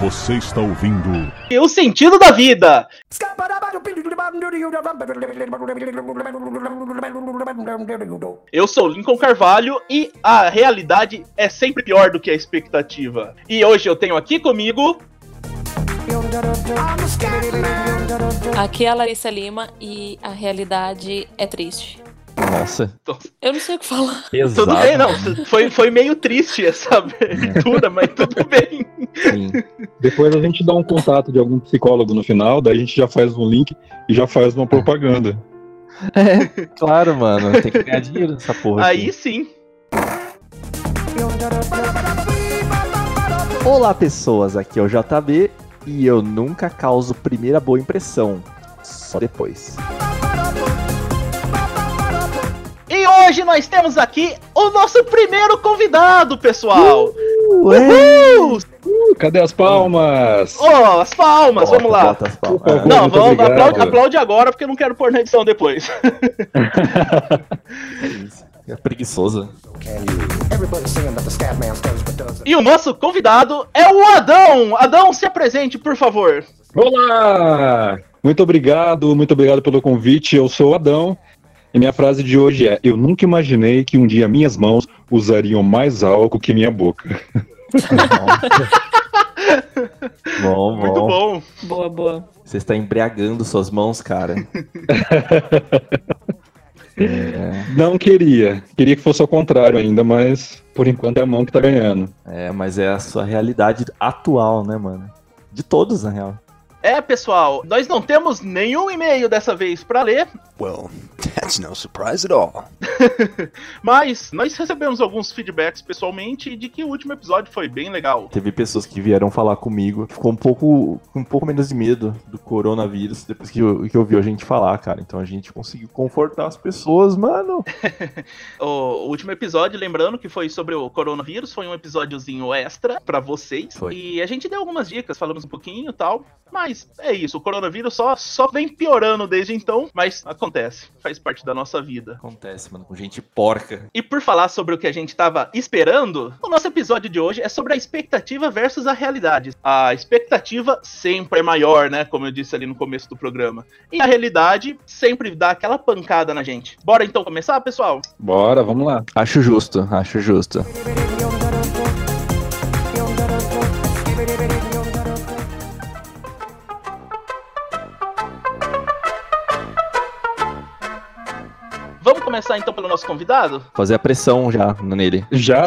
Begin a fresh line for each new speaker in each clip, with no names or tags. Você está ouvindo
E o sentido da vida. Eu sou Lincoln Carvalho e a realidade é sempre pior do que a expectativa. E hoje eu tenho aqui comigo.
Aqui é a Larissa Lima e a realidade é triste.
Nossa,
Eu não sei o que falar.
pesado.
Tudo bem, não. Foi, foi meio triste essa abertura, mas tudo bem.
Sim.
Depois a gente dá um contato de algum psicólogo no final, daí a gente já faz um link e já faz uma propaganda.
É, claro, mano. Tem que ganhar dinheiro nessa porra. aqui.
Aí sim.
Olá, pessoas. Aqui é o JB e eu nunca causo primeira boa impressão. Só depois.
E hoje nós temos aqui o nosso primeiro convidado, pessoal.
Ué!
Uh, Cadê as palmas?
Ó, as palmas, vamos lá.
Bota as palmas.
Por favor.
Não,
Muito
vamos,
obrigado.
aplaude, aplaude agora, porque eu não quero pôr na edição depois.
É, é isso. É preguiçosa.
E o nosso convidado é o Adão. Adão, se apresente, por favor.
Olá! Muito obrigado, muito obrigado pelo convite. Eu sou o Adão e minha frase de hoje é: Eu nunca imaginei que um dia minhas mãos usariam mais álcool que minha boca.
Bom,
Muito
bom.
bom.
Boa, boa.
Você está embriagando suas mãos, cara. é,
Não queria, queria que fosse ao contrário ainda, mas por enquanto é a mão que tá ganhando.
é, mas é a sua realidade atual, né, mano? De todos, na real.
É, pessoal, nós não temos nenhum e-mail dessa vez pra ler,
Well, that's no surprise at all.
mas nós recebemos alguns feedbacks pessoalmente de que o último episódio foi bem legal.
Teve pessoas que vieram falar comigo, ficou um pouco, com um pouco menos de medo do coronavírus depois que, eu- que ouviu a gente falar, cara. Então a gente conseguiu confortar as pessoas, mano.
O, o último episódio, lembrando que foi sobre o coronavírus, foi um episódiozinho extra pra vocês.
Foi.
E a gente deu algumas dicas, falamos um pouquinho e tal. Mas é isso, o coronavírus só, só vem piorando desde então, mas acontece, faz parte da nossa vida.
Acontece, mano, com gente porca.
E por falar sobre o que a gente estava esperando, o nosso episódio de hoje é sobre a expectativa versus a realidade. A expectativa sempre é maior, né? Como eu disse ali no começo do programa. E a realidade sempre dá aquela pancada na gente. Bora então começar, pessoal?
Bora, vamos lá.
Acho justo, acho justo.
Vamos começar então pelo nosso convidado?
Fazer a pressão já nele.
Já?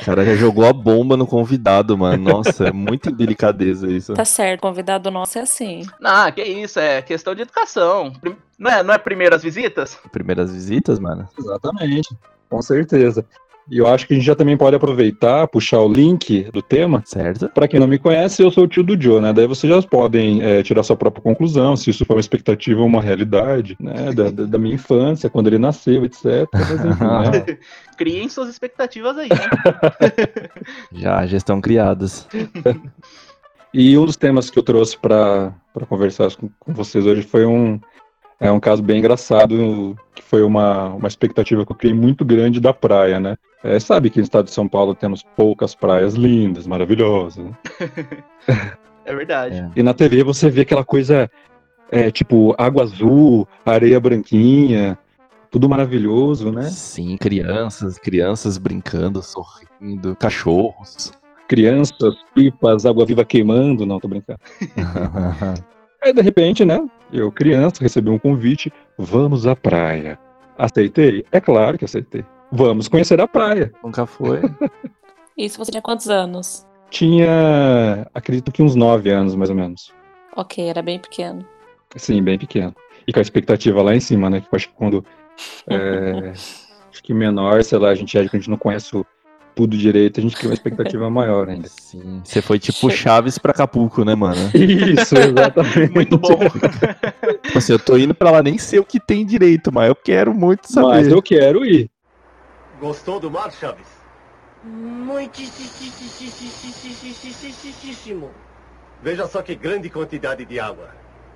O cara já jogou a bomba no convidado, mano. Nossa, é muita delicadeza isso.
Tá certo, convidado nosso é assim.
Ah, que isso, é questão de educação. Prim- Não é, não é primeiras visitas?
Primeiras visitas, mano.
Exatamente, com certeza. E eu acho que a gente já também pode aproveitar, puxar o link do tema.
Certo?
Para quem não me conhece, eu sou o tio do Joe, né? Daí vocês já podem é, tirar sua própria conclusão, se isso foi uma expectativa ou uma realidade, né? Da, da- da minha infância, quando ele nasceu, etc. Mas, enfim, né?
Criem suas expectativas aí, né?
Já, já estão criadas.
E um dos temas que eu trouxe para conversar com, com vocês hoje foi um, é, um caso bem engraçado, que foi uma, uma expectativa que eu criei muito grande da praia, né? É, sabe que no estado de São Paulo temos poucas praias lindas, maravilhosas, né?
É verdade.
É.
E na TV você vê aquela coisa, é, tipo, água azul, areia branquinha, tudo maravilhoso, né?
Sim, crianças, crianças brincando, sorrindo, cachorros.
Crianças, pipas, água viva queimando, não, tô brincando. Aí, de repente, né, eu, criança, recebi um convite, vamos à praia. Aceitei? É claro que aceitei. Vamos conhecer a praia.
Nunca foi.
Isso você tinha quantos anos?
Tinha, acredito que uns nove anos, mais ou menos.
Ok, era bem pequeno.
Sim, bem pequeno. E com a expectativa lá em cima, né? Que eu acho que quando é, acho que menor, sei lá, a gente acha que a gente não conhece o- tudo direito, a gente cria uma expectativa maior ainda.
Sim. Você foi tipo Chaves pra Acapulco, né, mano?
Isso, exatamente.
Muito bom.
Tipo assim, eu tô indo pra lá, nem sei o que tem direito, mas eu quero muito
Mas
saber.
eu quero ir.
Gostou do mar, Chaves?
Muitíssimo.
Veja só que grande quantidade de água.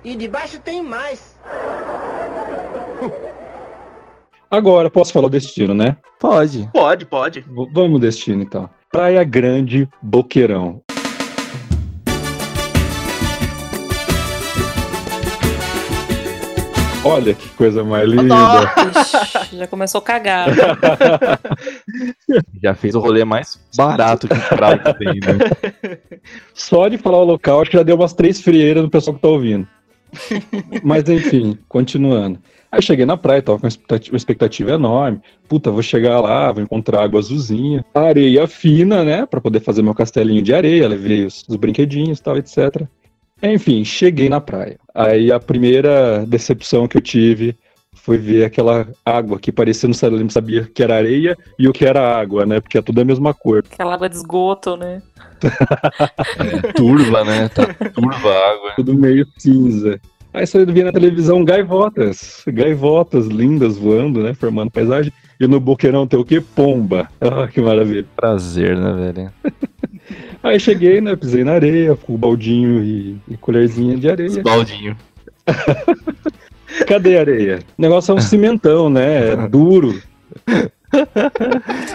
E debaixo tem mais.
Agora, posso falar o destino, né?
Pode.
Pode, pode.
V- vamos destino, então. Praia Grande, Boqueirão. Olha que coisa mais linda.
Nossa!
Ixi, já começou né? cagado.
Já fez o rolê mais barato de praia que tem, né?
Só de falar o local, acho que já deu umas três frieiras no pessoal que tá ouvindo. Mas enfim, continuando. Aí cheguei na praia, tava com uma expectati- uma expectativa enorme. Puta, vou chegar lá, vou encontrar água azulzinha, areia fina, né? Pra poder fazer meu castelinho de areia, levei os, os brinquedinhos e tal, etc. Enfim, cheguei na praia. Aí a primeira decepção que eu tive foi ver aquela água que parecia, não sabia, não sabia que era areia e o que era água, né? Porque é tudo a mesma cor.
Aquela água de esgoto, né?
Turva, né? Tá turva a água.
tudo meio cinza. Aí saí do na televisão gaivotas, gaivotas lindas voando, né, formando paisagem. E no boqueirão tem o quê? Pomba. Ah, que maravilha.
Prazer, né, velho?
Aí cheguei, né, pisei na areia, com o baldinho e, e colherzinha de areia.
Baldinho.
Cadê a areia? O negócio é um cimentão, né, é duro.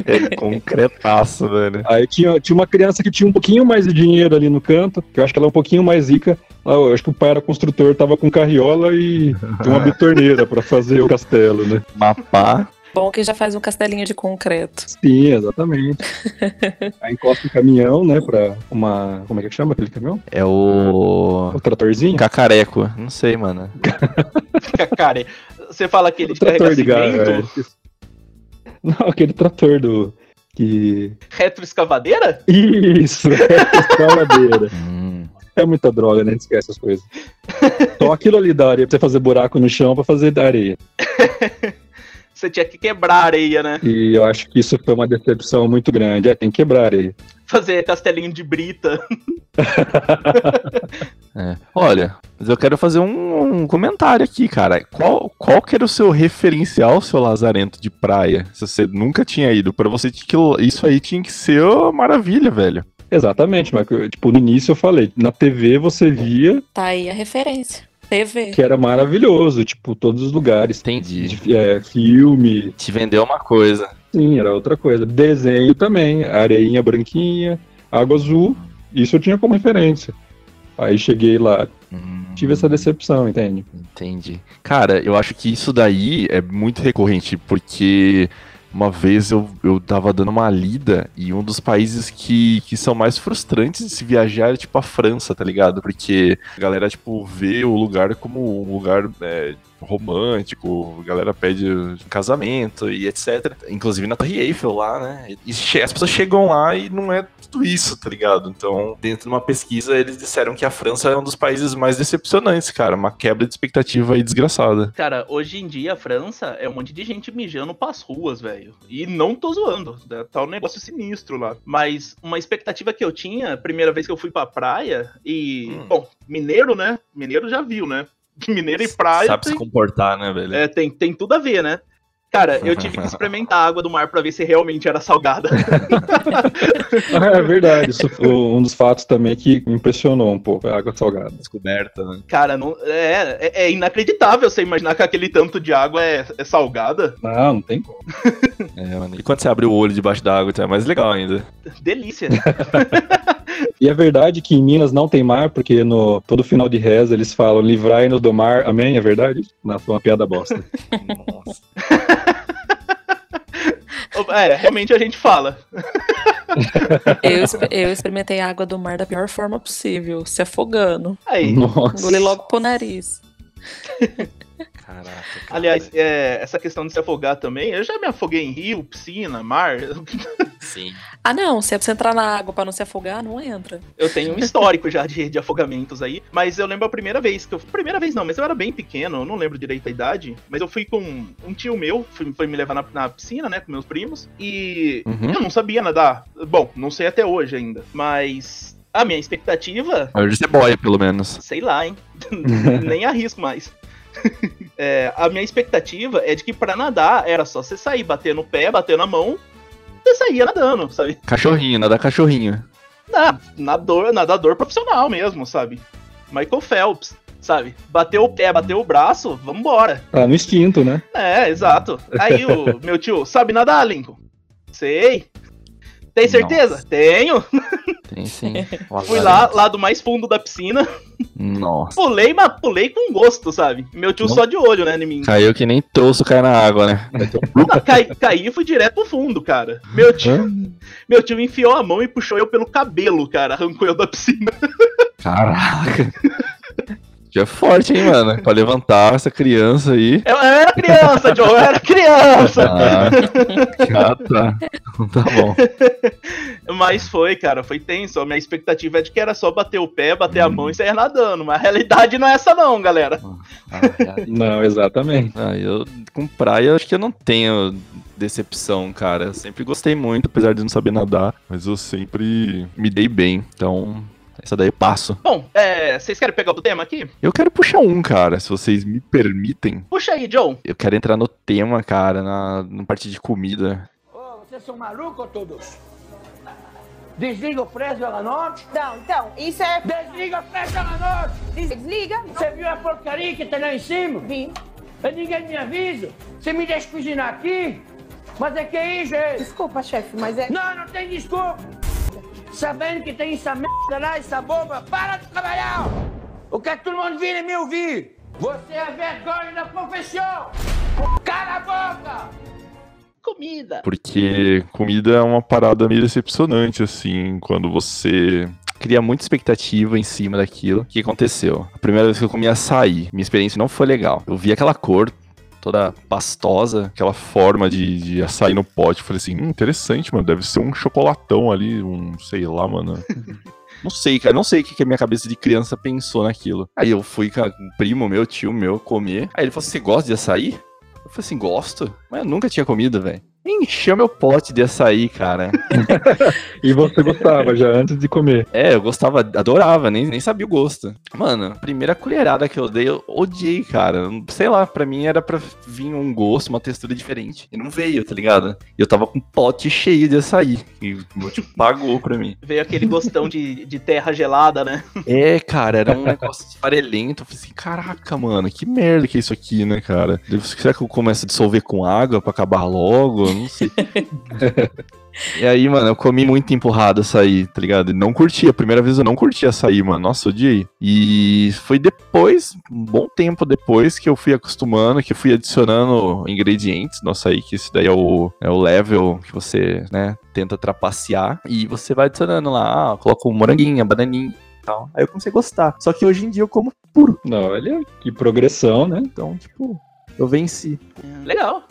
É concretaço, velho.
Aí tinha, tinha uma criança que tinha um pouquinho mais de dinheiro ali no canto, que eu acho que ela é um pouquinho mais rica. Ah, Eu acho que o pai era construtor, tava com carriola e uma bitorneira pra fazer o castelo, né?
Mapá.
Bom que já faz um castelinho de concreto.
Sim, exatamente. Aí encosta o caminhão, né, pra uma... Como é que chama aquele caminhão?
É o.
Ah.
O
Hum.
tratorzinho?
Cacareco. Não sei, mano.
Cara, você fala aquele
O
de carregar
trator de gás.
cimento,
é. Não, aquele trator do... Que...
retroescavadeira?
Isso! É escavadeira.
Hum.
É muita droga, né? A gente esquece as coisas. Então aquilo ali da areia, pra você fazer buraco no chão, pra fazer da areia.
Você tinha que quebrar a areia, né?
E eu acho que isso foi uma decepção muito grande. É, tem que quebrar a areia.
Fazer castelinho de brita.
É. Olha, mas eu quero fazer um, um comentário aqui, cara. Qual, qual que era o seu referencial, seu lazarento de praia? Se você nunca tinha ido, pra você tinha que- isso aí tinha que ser uma maravilha, velho.
Exatamente, mas tipo, no início eu falei, na TV você via
Tá aí a referência. TV.
que era maravilhoso, tipo, todos os lugares.
Entendi.
de- é, filme,
Te vendeu uma coisa.
sim, era outra coisa. Desenho também, areinha branquinha, água azul, isso eu tinha como referência. Aí cheguei lá, tive essa decepção, entende?
Entendi. Cara, eu acho que isso daí é muito recorrente, porque uma vez eu, eu tava dando uma lida e um dos países que, que são mais frustrantes de se viajar é tipo a França, tá ligado? Porque a galera, tipo, vê o lugar como um lugar é, romântico, a galera pede casamento e etc. Inclusive na Torre Eiffel lá, né? E che- as pessoas chegam lá e não é tudo isso, tá ligado? Então, dentro de uma pesquisa, eles disseram que a França é um dos países mais decepcionantes, cara. Uma quebra de expectativa aí desgraçada.
Cara, hoje em dia a França é um monte de gente mijando pras ruas, velho. E não tô zoando, né? tá um negócio sinistro lá. Mas uma expectativa que eu tinha, primeira vez que eu fui pra praia, e,
Hum.
bom, mineiro, né? Mineiro já viu, né? Mineiro e praia.
Sabe
tem-
se comportar, né, velho?
É, tem, tem tudo a ver, né? Cara, eu tive que experimentar a água do mar pra ver se realmente era salgada.
Ah, é verdade, isso foi um dos fatos também que me impressionou um pouco, a água salgada.
Descoberta, né?
Cara, não, é, é- é inacreditável você imaginar que aquele tanto de água é, é salgada.
Não, não tem como.
É, mano. E quando você abre o olho debaixo da água, então é mais legal ainda.
Delícia.
E é verdade que em Minas não tem mar, porque no todo final de reza eles falam livrai-nos do mar, amém? É verdade? Não, foi uma piada bosta.
Nossa.
É, realmente a gente fala.
Eu, exp- eu experimentei a água do mar da pior forma possível, se afogando.
Uhum.
Aí,
Nossa.
Engoli logo pro nariz.
Caraca. cara.
aliás, é, essa questão de se afogar também, eu já me afoguei em rio, piscina, mar.
Sim.
Ah, não, se é pra você entrar na água pra não se afogar, não entra.
Eu tenho um histórico já de, de afogamentos aí, mas eu lembro a primeira vez que eu. Primeira vez não, mas eu era bem pequeno, eu não lembro direito a idade. Mas eu fui com um tio meu, fui- foi me levar na, na piscina, né, com meus primos, e
Uhum.
eu não sabia nadar. Bom, não sei até hoje ainda, mas a minha expectativa
Hoje você boia, pelo menos.
sei lá, hein? Nem arrisco mais. É, a minha expectativa é de que pra nadar era só você sair, bater no pé, bater na mão, você saía nadando, sabe?
Cachorrinho, nada cachorrinho.
Na- nadador, nadador profissional mesmo, sabe? Michael Phelps, sabe? Bateu o pé, bateu o braço, vambora.
Tá no instinto, né?
É, exato. Aí o meu tio, sabe nadar, Lincoln? Sei. Tem certeza?
Nossa.
Tenho.
Tem sim.
Fui lá, lá do mais fundo da piscina.
Nossa.
Pulei, mas pulei com gosto, sabe? Meu tio
Não.
só de olho, né, em mim.
Caiu que nem trouxe o cara na água, né?
Não, Cai, caí e fui direto pro fundo, cara. Meu tio, meu tio enfiou a mão e puxou eu pelo cabelo, cara. Arrancou eu da piscina.
Caraca. Já é forte, hein, mano? Pra levantar essa criança aí.
Eu, eu era criança, Joe, eu era criança.
Ah, ah, tá. Então Tá bom.
Mas foi, cara, foi tenso. A minha expectativa é de que era só bater o pé, bater a mão e sair nadando. Mas a realidade não é essa, não, galera.
Não, exatamente.
Ah, eu com praia eu acho que eu não tenho decepção, cara. Eu sempre gostei muito, apesar de não saber nadar, mas eu sempre me dei bem. Então, essa daí eu passo.
Bom, é, vocês querem pegar o tema aqui?
Eu quero puxar um, cara, se vocês me permitem.
Puxa aí, Joe.
Eu quero entrar no tema, cara, na, na parte de comida.
Ô, vocês são malucos todos? Desliga o preço da norte.
Não, então, isso é.
Desliga o preço da norte.
Desliga.
Você viu a porcaria que tá lá em cima?
Vi.
E ninguém me avisa. Você me deixa cozinhar aqui? Mas é que isso, gente?
Desculpa, chefe, mas é.
Não, não tem desculpa. Sabendo que tem essa merda lá, essa boba, para de trabalhar. O que todo mundo vira é me ouvir. Você é a vergonha da profissão. Cala a boca.
Comida.
Porque comida é uma parada meio decepcionante, assim, quando você cria muita expectativa em cima daquilo. O que aconteceu? A primeira vez que eu comi açaí, minha experiência não foi legal. Eu vi aquela cor toda pastosa, aquela forma de, de açaí no pote. Eu falei assim, hum, interessante, mano, deve ser um chocolatão ali, um, sei lá, mano. Não sei, cara. Não sei o que, que a minha cabeça de criança pensou naquilo. Aí eu fui com um primo meu, tio meu, comer. Aí ele falou: assim, Você gosta de açaí? Eu falei assim: Gosto, mas eu nunca tinha comido, velho. Encheu meu pote de açaí, cara.
E você gostava já antes de comer.
É, eu gostava, adorava, nem, nem sabia o gosto. Mano, a primeira colherada que eu dei, eu odiei, cara. Sei lá, pra mim era pra vir um gosto, uma textura diferente. E não veio, tá ligado? E eu tava com um pote cheio de açaí. E o meu tio pagou pra mim.
Veio aquele gostão de, de terra gelada, né?
É, cara, era um negócio esfarelento. Eu falei assim, caraca, mano, que merda que é isso aqui, né, cara? Deve- Será que eu começo a dissolver com água pra acabar logo? Eu Não sei. e aí, mano, eu comi muito empurrado açaí, tá ligado? E Não curti, a primeira vez eu não curti açaí, mano. Nossa, odiei. E foi depois, um bom tempo depois, que eu fui acostumando, que eu fui adicionando ingredientes no açaí, que esse daí é o, é o level que você, né, tenta trapacear. E você vai adicionando lá, ah, coloca um moranguinho, a bananinha tal. Aí eu comecei a gostar. Só que hoje em dia eu como puro.
Não, olha que progressão, né?
Então, tipo, eu venci. É,
Legal.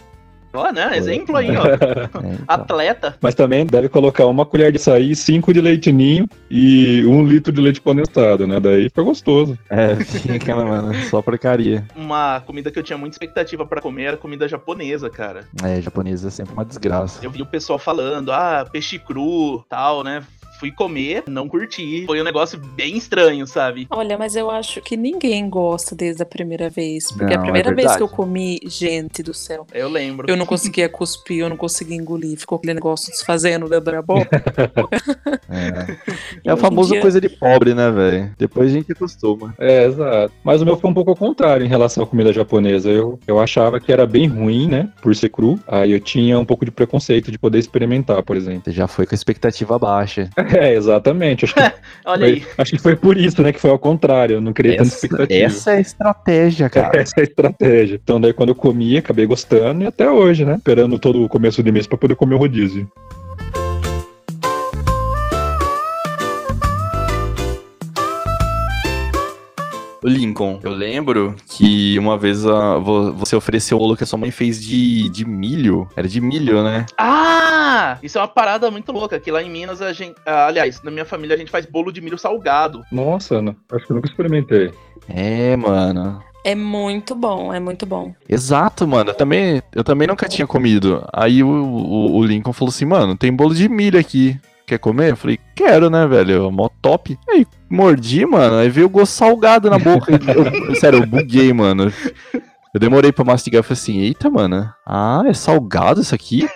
Ó, né? Exemplo aí, ó.
então. Ah, tá.
Atleta.
Mas também deve colocar uma colher de açaí, cinco de leite ninho e um litro de leite condensado, né? Daí fica gostoso.
É, fica aquela, mano, só porcaria.
Uma comida que eu tinha muita expectativa pra comer era comida japonesa, cara.
É, japonês é sempre uma desgraça.
Eu vi o pessoal falando, ah, peixe cru, tal, né? Fui comer, não curti. Foi um negócio bem estranho, sabe?
Olha, mas eu acho que ninguém gosta desde a primeira vez. Porque
Não,
a
é
primeira vez
verdade.
que eu comi, gente do céu,
Eu lembro.
eu não conseguia cuspir, eu não conseguia engolir. Ficou aquele negócio desfazendo da da boca.
É, é a
Hoje em
famosa
dia-
É coisa de pobre, né, velho? Depois a gente acostuma.
É, exato. Mas o meu foi um pouco ao contrário em relação à comida japonesa. Eu, eu achava que era bem ruim, né? Por ser cru. Aí eu tinha um pouco de preconceito de poder experimentar, por exemplo.
Você já foi com a expectativa baixa.
É, exatamente. Acho que,
Olha aí.
foi, acho que foi por isso, né? Que foi ao contrário. Eu não criei tanta
Essa,
expectativa.
essa é a estratégia, cara.
Essa é a estratégia. Então, daí quando eu comi, acabei gostando e até hoje, né? Esperando todo o começo de mês pra poder comer o rodízio.
O Lincoln, eu lembro que uma vez a- vo- você ofereceu o bolo que a sua mãe fez de, de milho. Era de milho, né?
Ah! Isso é uma parada muito louca, que lá em Minas a gente. ah, aliás, na minha família a gente faz bolo de milho salgado.
Nossa, não- acho que eu nunca experimentei.
É, mano.
É muito bom, é muito bom.
Exato, mano. Eu também, eu também nunca tinha comido. Aí o, o- o Lincoln falou assim, mano, tem bolo de milho aqui. Quer comer? Eu falei, quero, né, velho? É Mó top. Aí mordi, mano. Aí veio o gosto salgado na boca. Eu- eu- sério, eu buguei, mano. Eu demorei pra mastigar. Eu falei assim, eita, mano. Ah, é salgado isso aqui?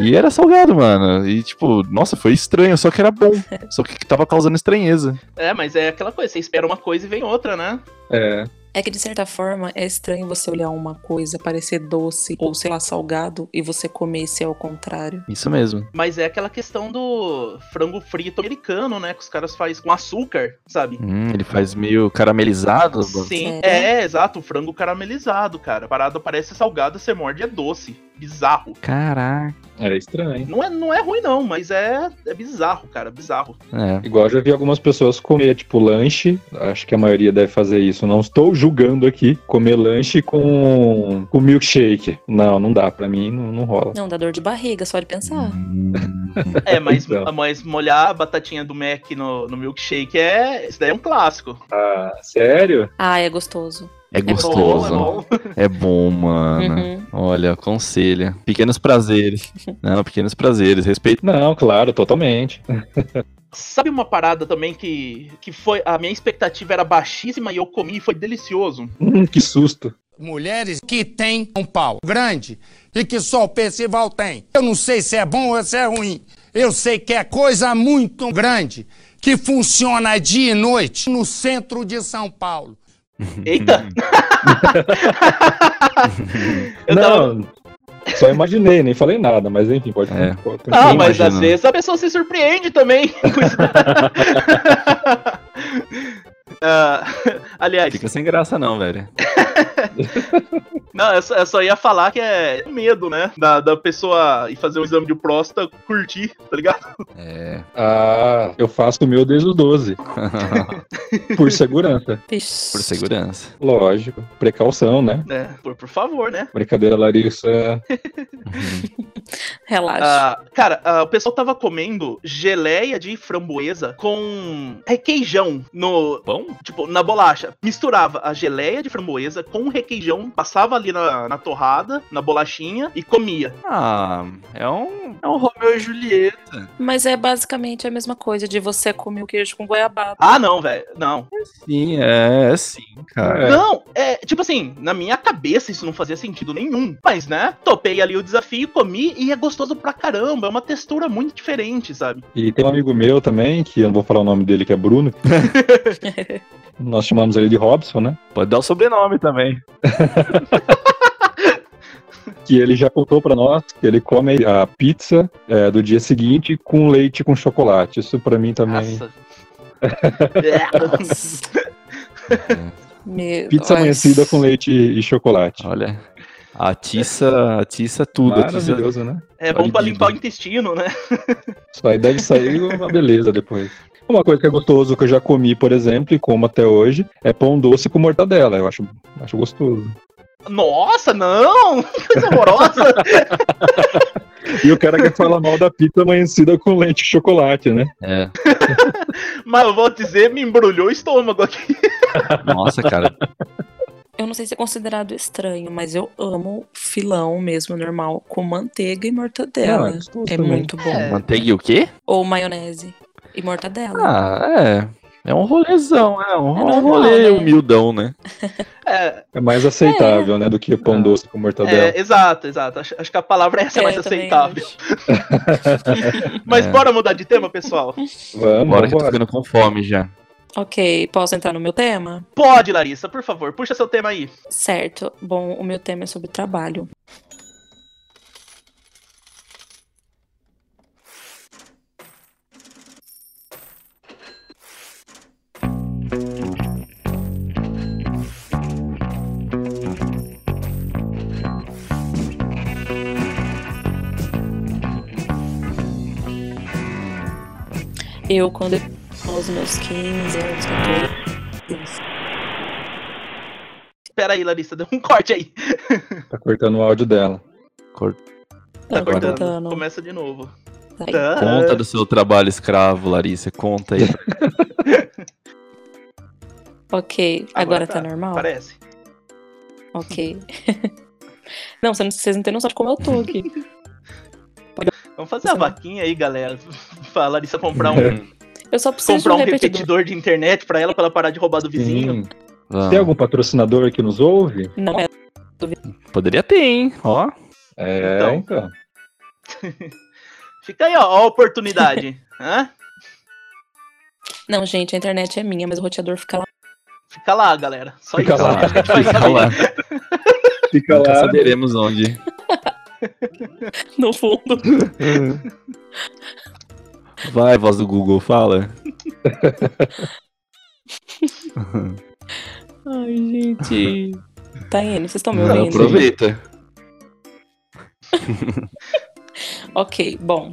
E era salgado, mano. E tipo, nossa, foi estranho. Só que era bom. Só que tava causando estranheza.
É, mas é aquela coisa, você espera uma coisa e vem outra, né?
É,
É que de certa forma é estranho você olhar uma coisa parecer doce ou, sei lá, salgado e você comer se é ao contrário.
Isso mesmo.
Mas é aquela questão do frango frito americano, né? Que os caras fazem com açúcar, sabe?
Hum, ele faz meio caramelizado.
Sim,
Sério?
é, exato, o frango caramelizado, cara. A parada parece salgada, você morde, é doce. Bizarro.
Caraca.
É estranho.
Não é, não é ruim, não, mas é, é bizarro, cara. Bizarro.
É.
Igual eu já vi algumas pessoas comer, tipo, lanche. Acho que a maioria deve fazer isso. Não estou julgando aqui. Comer lanche com, com milkshake. Não, não dá. Pra mim, não, não rola.
Não, dá dor de barriga, só de pensar.
Uhum. Hum.
É, mas,
Então.
mas molhar a batatinha do Mac no, no milkshake é. Isso daí é um clássico.
Ah, sério?
Ah, é gostoso.
É
É bom,
gostoso.
é bom.
É bom, mano.
Uhum.
Olha, aconselha. Pequenos prazeres. Não, pequenos prazeres. Respeito.
Não, claro, totalmente.
Sabe uma parada também que, que foi. A minha expectativa era baixíssima e eu comi e foi delicioso.
Hum, que susto.
Mulheres que têm um pau grande e que só o Percival tem. Eu não sei se é bom ou se é ruim. Eu sei que é coisa muito grande que funciona dia e noite no centro de São Paulo.
Eita! eu tava.
não, só imaginei, nem falei nada, mas enfim, pode
Ah,
É.
pode continuar.
Quem
mas
imagina?
às vezes a pessoa se surpreende também. com isso. Ah, aliás,
É, Fica sem graça, não, velho.
Não, eu só, eu só ia falar que é medo, né? Da, da pessoa ir fazer o exame de próstata, curtir, tá ligado?
É.
Ah, eu faço o meu desde os 12, por segurança.
Por segurança.
Lógico, precaução, né?
É, por, por favor, né?
Brincadeira, Larissa.
Relaxa.
Ah, cara, ah, o pessoal tava comendo geleia de framboesa com requeijão no.
Pão?
Tipo, na bolacha. Misturava a geleia de framboesa com o requeijão, passava ali na, na torrada, na bolachinha e comia.
Ah, é um. É um Romeu e Julieta.
Mas é basicamente a mesma coisa de você comer o queijo com goiabada.
Ah, não, velho. Não.
Sim, é, é sim, cara.
É.
Não, é, tipo assim, na minha cabeça isso não fazia sentido nenhum. Mas, né, topei ali o desafio, comi e é gostoso pra caramba. É uma textura muito diferente, sabe?
E tem um amigo meu também, que eu não vou falar o nome dele, que é Bruno. Nós chamamos ele de Robson, né?
É. Pode dar o sobrenome também.
Que ele já contou pra nós que ele come a pizza é, do dia seguinte com leite com chocolate. Isso pra mim também.
Nossa. É.
Ah,
Meu
Pizza
Ai.
amanhecida com leite e chocolate.
Olha. Atiça, atiça tudo. Atiça...
Ah, Maravilhoso, né?
É bom pra
Olha,
limpar o
Didi.
intestino, né?
Isso aí deve sair uma beleza depois. Uma coisa que é gostoso que eu já comi, por exemplo, e como até hoje, é pão doce com mortadela. Eu acho, acho gostoso.
Nossa, não! Que coisa horrorosa!
E o cara quer falar mal da pizza amanhecida com leite e chocolate, né?
É.
Mas eu vou dizer, me embrulhou o estômago aqui.
Nossa, cara.
Eu não sei se é considerado estranho, mas eu amo filão mesmo, normal, com manteiga e mortadela.
Ah, é gostoso
é
também.
muito bom.
É.
Manteiga e o quê?
Ou maionese e mortadela.
Ah, é. É um rolezão, é um,
É
um
normal,
rolê
né?
humildão, né?
É,
É mais aceitável, né, do que pão
Ah.
doce com mortadela.
é, exato, exato. Acho, acho que a palavra é essa
É,
mais
eu também
aceitável.
acho.
Mas
É.
bora mudar de tema, pessoal?
Vamos,
Bora
vamos
que eu tô ficando com fome já.
Ok, posso entrar no meu tema?
Pode, Larissa, por favor, puxa seu tema aí.
Certo. Bom, o meu tema é sobre trabalho. Eu, quando eu tinha os meus 15 anos, 14 anos,
Pera aí, Larissa, deu um corte aí.
Tá cortando o áudio dela.
Cor-
Tá
Não, tô
Agora-
cortando.
tentando.
Começa de novo.
Tá aí.
Tá.
Conta do seu trabalho escravo, Larissa. Conta aí.
Ok,
Agora
agora,
tá.
tá. normal?
Parece.
Ok. não, você não- vocês não têm noção de como eu tô aqui.
Vamos fazer uma
Você não-
vaquinha aí, galera. Pra Larissa comprar um,
Eu só preciso
comprar
de
um
um repetidor.
repetidor de internet pra ela, pra ela parar de roubar do vizinho.
Sim.
Vamos.
Hum. Tem algum patrocinador que nos ouve?
Não é.
Poderia ter, hein? Ó.
É,
Então.
então.
Fica aí, ó, ó a oportunidade. Hã?
Não, gente, a internet é minha, mas o roteador fica lá.
Fica lá, galera. Só
Fica
tá
isso.
lá.
A gente vai
Fica
saber.
lá. Fica
Nunca
lá.
saberemos onde.
No fundo.
Vai, voz do Google, fala.
Ai, gente. Taiane, Tá, vocês estão me
Não,
ouvindo?
aproveita.
Ok, bom.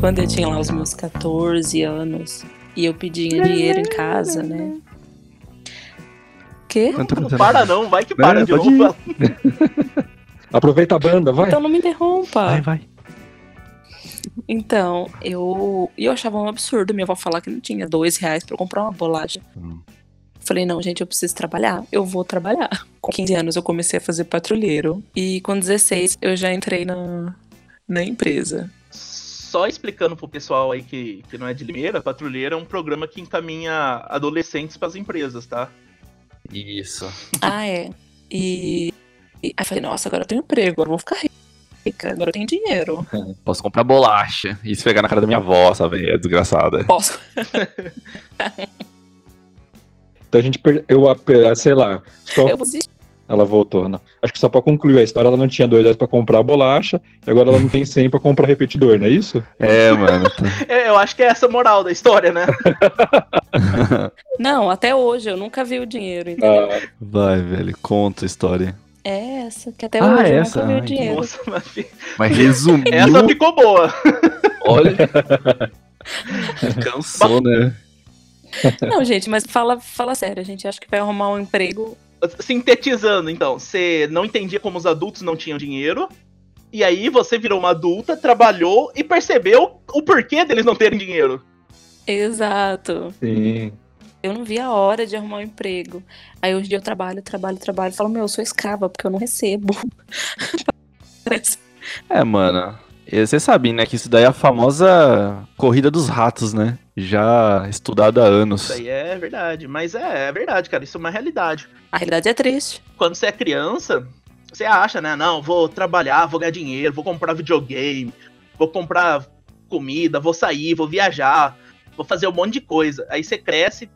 Quando eu tinha lá os meus 14 anos e eu pedia dinheiro em casa, né? Quê?
Não para não, vai que para
É,
de
pode
novo.
Aproveita a banda, vai.
Então não me interrompa.
Vai, vai.
Então, eu, e eu achava um absurdo minha avó falar que não tinha dois reais pra eu comprar uma bolacha.
Hum.
Falei, não, gente, eu preciso trabalhar. Eu vou trabalhar. Com 15 anos eu comecei a fazer patrulheiro. E com 16 eu já entrei na, na empresa.
Só explicando pro pessoal aí que, que não é de Limeira, Patrulheira é um programa que encaminha adolescentes pras empresas, tá?
Isso.
Ah, é. E, e aí eu falei, nossa, agora eu tenho emprego, agora eu vou ficar rica, agora eu tenho dinheiro.
Posso comprar bolacha e esfregar na cara da minha avó, sabe? É desgraçada.
Posso.
Então a gente per... eu a- sei lá, só
Eu vou desistir.
ela voltou, né? Acho que só pra concluir a história, ela não tinha dois reais pra comprar a bolacha e agora ela não tem 100 pra comprar repetidor, não é isso?
É, mano.
É, eu acho que é essa a moral da história, né?
Não, até hoje eu nunca vi o dinheiro, entendeu?
Ah,
Vai, velho, conta a história.
É essa, que até
Ah,
hoje eu
essa?
nunca vi
Ai,
o
que
dinheiro.
Nossa, mas
Mas resumiu,
essa ficou boa.
olha. Cansou, né?
Não, gente, mas fala, fala sério, a gente acha que vai arrumar um emprego
Sintetizando, então, você não entendia como os adultos não tinham dinheiro. E aí você virou uma adulta, trabalhou e percebeu o porquê deles não terem dinheiro.
Exato.
sim.
Eu não vi a hora de arrumar um emprego. Aí hoje em dia eu trabalho, trabalho, trabalho. Falo, meu, eu sou escrava porque eu não recebo. Parece.
É, mano. E Vocês sabem, né, que isso daí é a famosa corrida dos ratos, né? Já estudada há anos.
Isso aí é verdade. Mas é, é verdade, cara. Isso é uma realidade.
A realidade é triste.
quando você é criança, você acha, né? Não, vou trabalhar, vou ganhar dinheiro, vou comprar videogame, vou comprar comida, vou sair, vou viajar, vou fazer um monte de coisa. Aí você cresce,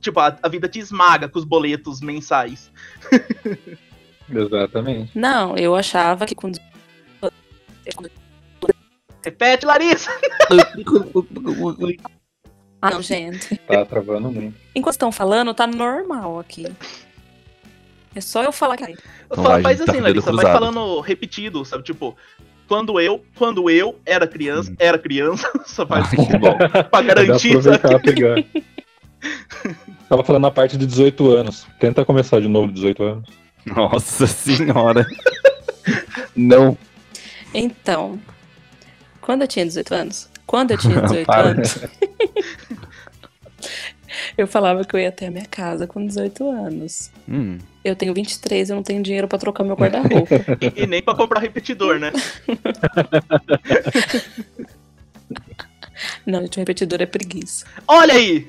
tipo, a, a vida te esmaga com os boletos mensais.
Exatamente.
Não, eu achava que quando.
Repete, Larissa!
Ah, não, gente.
Tá travando muito.
Enquanto estão falando, tá normal aqui. É só eu falar que.
Eu
Então
falo,
vai,
faz
tá
assim,
com o dedo
Larissa, vai
cruzado.
falando repetido, sabe? Tipo, quando eu, quando eu era criança, era criança, só faz
Ah, Hum. que bom.
pra
Dá
garantir,
pra
sabe?
aproveitar pegar. Tava falando na parte de 18 anos. Tenta começar de novo 18 anos.
Nossa senhora. Não.
Então, quando eu tinha 18 anos, quando eu tinha 18
Para.
anos, eu falava que eu ia até a minha casa com 18 anos.
Hum.
Eu tenho 23, eu não tenho dinheiro pra trocar meu guarda-roupa.
E, e nem pra comprar repetidor, né?
não, gente, o repetidor é preguiça.
Olha aí!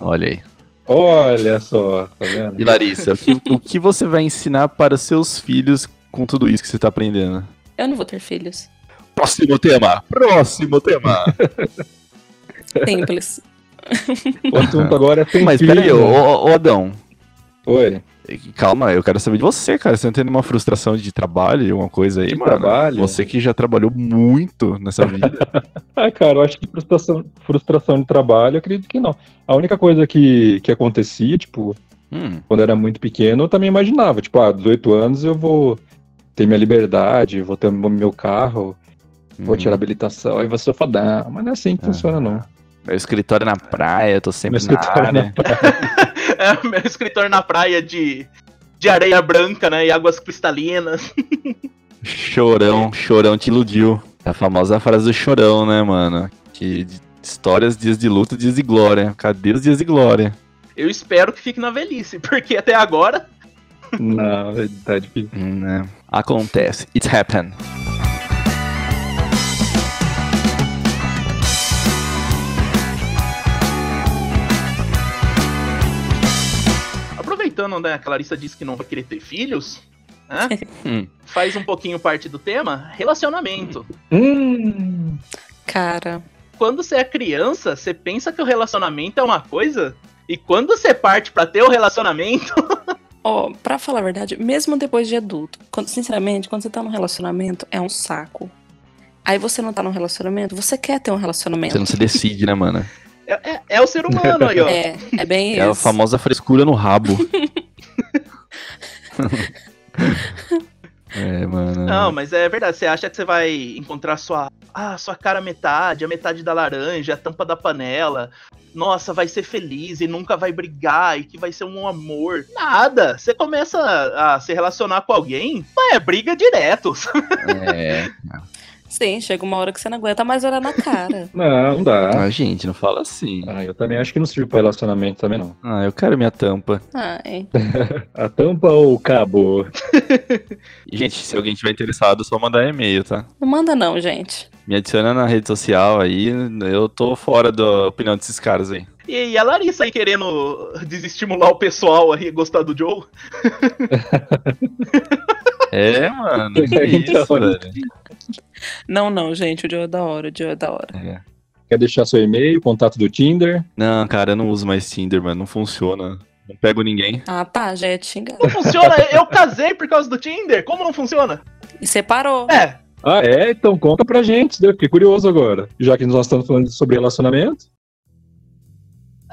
Olha aí.
Olha só, tá vendo?
E Larissa, o que, o que você vai ensinar para seus filhos com tudo isso que você tá aprendendo?
Eu não vou ter filhos.
Próximo tema! Próximo tema!
Simples.
O assunto agora é tem
Mas
filho.
peraí, ô, ô, ô, Adão.
Oi.
Calma, eu quero saber de você, cara. Você não tem nenhuma frustração de trabalho, alguma coisa aí,
De
mano?
trabalho?
Você que já trabalhou muito nessa vida.
Ah, cara, eu acho que frustração, frustração de trabalho, eu acredito que não. A única coisa que, que acontecia, tipo,
Hum,
quando eu era muito pequeno, eu também imaginava, tipo, ah, 18 anos eu vou ter minha liberdade, vou ter o meu carro, vou
hum.
tirar a habilitação, aí vou ser fodão. Mas não é assim que
Ah.
funciona, não.
Meu escritório é na praia, tô sempre
Meu escritório
na
é
área.
É, meu escritor na praia de, de areia branca, né? E águas cristalinas.
Chorão, chorão te iludiu. É A famosa frase do chorão, né, mano? Que de- histórias, dias de luta, dias de glória. Cadê os dias de glória?
Eu espero que fique na velhice, porque até agora.
Não, tá difícil.
Hum, né? Acontece. It's happened.
aproveitando, né, que a Larissa disse que não vai querer ter filhos, né? faz um pouquinho parte do tema, relacionamento.
Hum.
Cara.
Quando você é criança, você pensa que o relacionamento é uma coisa, e quando você parte pra ter o relacionamento,
Ó, pra falar a verdade, mesmo depois de adulto, quando- sinceramente, quando você tá num relacionamento, é um saco. Aí você não tá num relacionamento, você quer ter um relacionamento.
Você não se decide, né, mano?
é, é- é o ser humano aí, ó.
É, é bem
É a
isso.
famosa frescura no rabo. é, mano.
Não, mas é verdade. Você acha que você vai encontrar sua, ah, sua cara metade, a metade da laranja, a tampa da panela. Nossa, vai ser feliz e nunca vai brigar e que vai ser um amor. Nada. Você começa a, a se relacionar com alguém, mas é briga direto.
É.
Sim, chega uma hora que você não aguenta mais olhar na cara.
Não, não dá.
Ah, gente, não fala assim.
Ah, eu também acho que não serve pra relacionamento também, não.
Ah, eu quero minha tampa.
Ai.
A tampa ou o cabo?
Gente, se alguém tiver interessado, é só mandar e-mail, tá?
Não manda não, gente.
Me adiciona na rede social aí, eu tô fora da opinião desses caras aí.
E, a Larissa aí querendo desestimular o pessoal aí a gostar do Joe.
É, mano, que
Então,
isso, velho.
Não, não, gente, o Joe é da hora, o Joe é da hora.
É.
Quer deixar seu e-mail, contato do Tinder?
Não, cara, eu não uso mais Tinder, mano, não funciona. Não pego ninguém.
Ah, tá, já ia te xingar.
Não funciona? Eu casei por causa do Tinder? Como não funciona?
E separou.
É,
Ah, é? Então conta pra gente, né? Fiquei curioso agora. Já que nós estamos falando sobre relacionamento.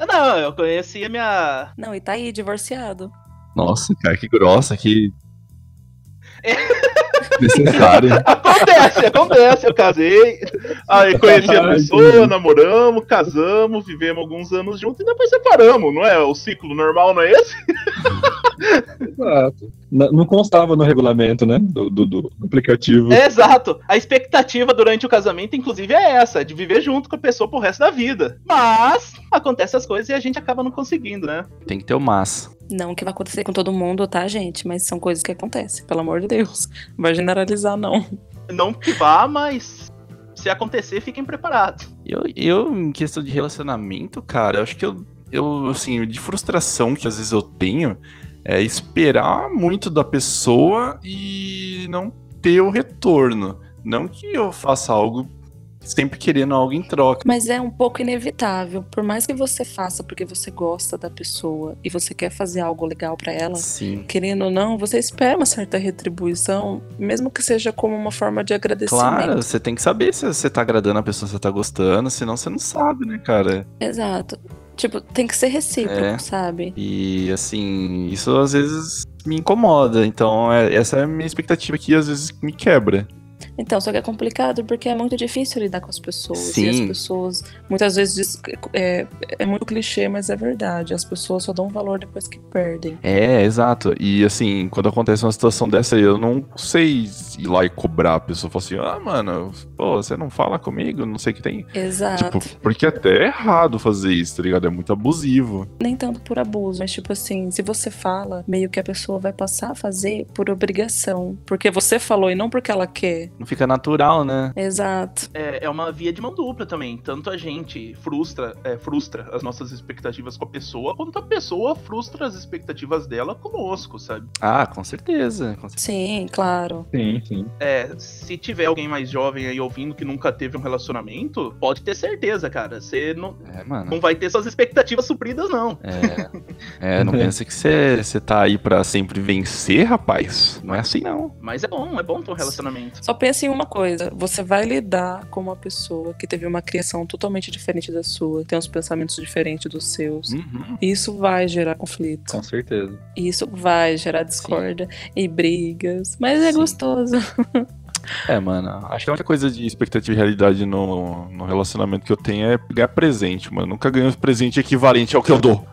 não, eu conheci a minha.
Não, e tá aí, divorciado.
Nossa, cara, que grossa, que.
É.
Necessário.
Acontece, acontece, eu casei. Aí conheci a pessoa, namoramos, casamos, vivemos alguns anos juntos e depois separamos, não é? O ciclo normal não é esse?
Exato. Na- Não constava no regulamento, né? Do, do- do aplicativo.
É.
Exato. A expectativa durante o casamento, inclusive, é essa, de viver junto com a pessoa pro resto da vida. Mas acontece as coisas e a gente acaba não conseguindo, né?
Tem que ter o mas.
Não que vai acontecer com todo mundo, tá, gente? Mas são coisas que acontecem, pelo amor de Deus. Não vai generalizar, não.
Não que vá, mas se acontecer, fiquem preparados.
Eu, eu, em questão de relacionamento, cara, eu acho que eu, eu, assim, de frustração que às vezes eu tenho é esperar muito da pessoa e não ter o retorno. Não que eu faça algo sempre querendo algo em troca.
Mas é um pouco inevitável. Por mais que você faça porque você gosta da pessoa e você quer fazer algo legal pra ela,
Sim.
querendo ou não, você espera uma certa retribuição, mesmo que seja como uma forma de agradecimento.
Claro, você tem que saber se você tá agradando a pessoa, se você tá gostando, senão você não sabe, né, cara?
Exato. Tipo, tem que ser recíproco,
É.
sabe?
E assim, isso às vezes me incomoda. Então, é- essa é a minha expectativa que às vezes me quebra.
Então, só que é complicado porque é muito difícil lidar com as pessoas. E
Sim.
as pessoas, muitas vezes, diz- é, é muito clichê, mas é verdade. As pessoas só dão valor depois que perdem.
É, exato. E assim, quando acontece uma situação dessa, eu não sei ir lá e cobrar a pessoa. Falar assim, ah, mano, pô, você não fala comigo, não sei o que tem.
Exato.
Tipo, porque até é errado fazer isso, tá ligado? É muito abusivo.
Nem tanto por abuso, mas tipo assim, se você fala, meio que a pessoa vai passar a fazer por obrigação. Porque você falou e não porque ela quer.
Não fica natural, né?
Exato.
é, é uma via de mão dupla também. Tanto a gente frustra, é, frustra as nossas expectativas com a pessoa, quanto a pessoa frustra as expectativas dela conosco, sabe?
Ah, com certeza. com certeza.
Sim, claro.
Sim, sim.
É, se tiver alguém mais jovem aí ouvindo que nunca teve um relacionamento, pode ter certeza, cara. Você não,
É, mano.
não vai ter suas expectativas supridas, não.
É, não pensa que você você tá aí pra sempre vencer, rapaz. Não é assim, não.
Mas é bom, é bom ter um relacionamento.
Só pensa em uma coisa: você vai lidar com uma pessoa que teve uma criação totalmente diferente da sua, tem uns pensamentos diferentes dos seus.
Uhum.
E Isso vai gerar conflito.
Com certeza.
E Isso vai gerar discórdia e brigas. Mas é
Sim.
gostoso.
É, mano, acho que a única coisa de expectativa e realidade no, no relacionamento que eu tenho é ganhar presente, mano. Nunca ganhei um presente equivalente ao que eu dou.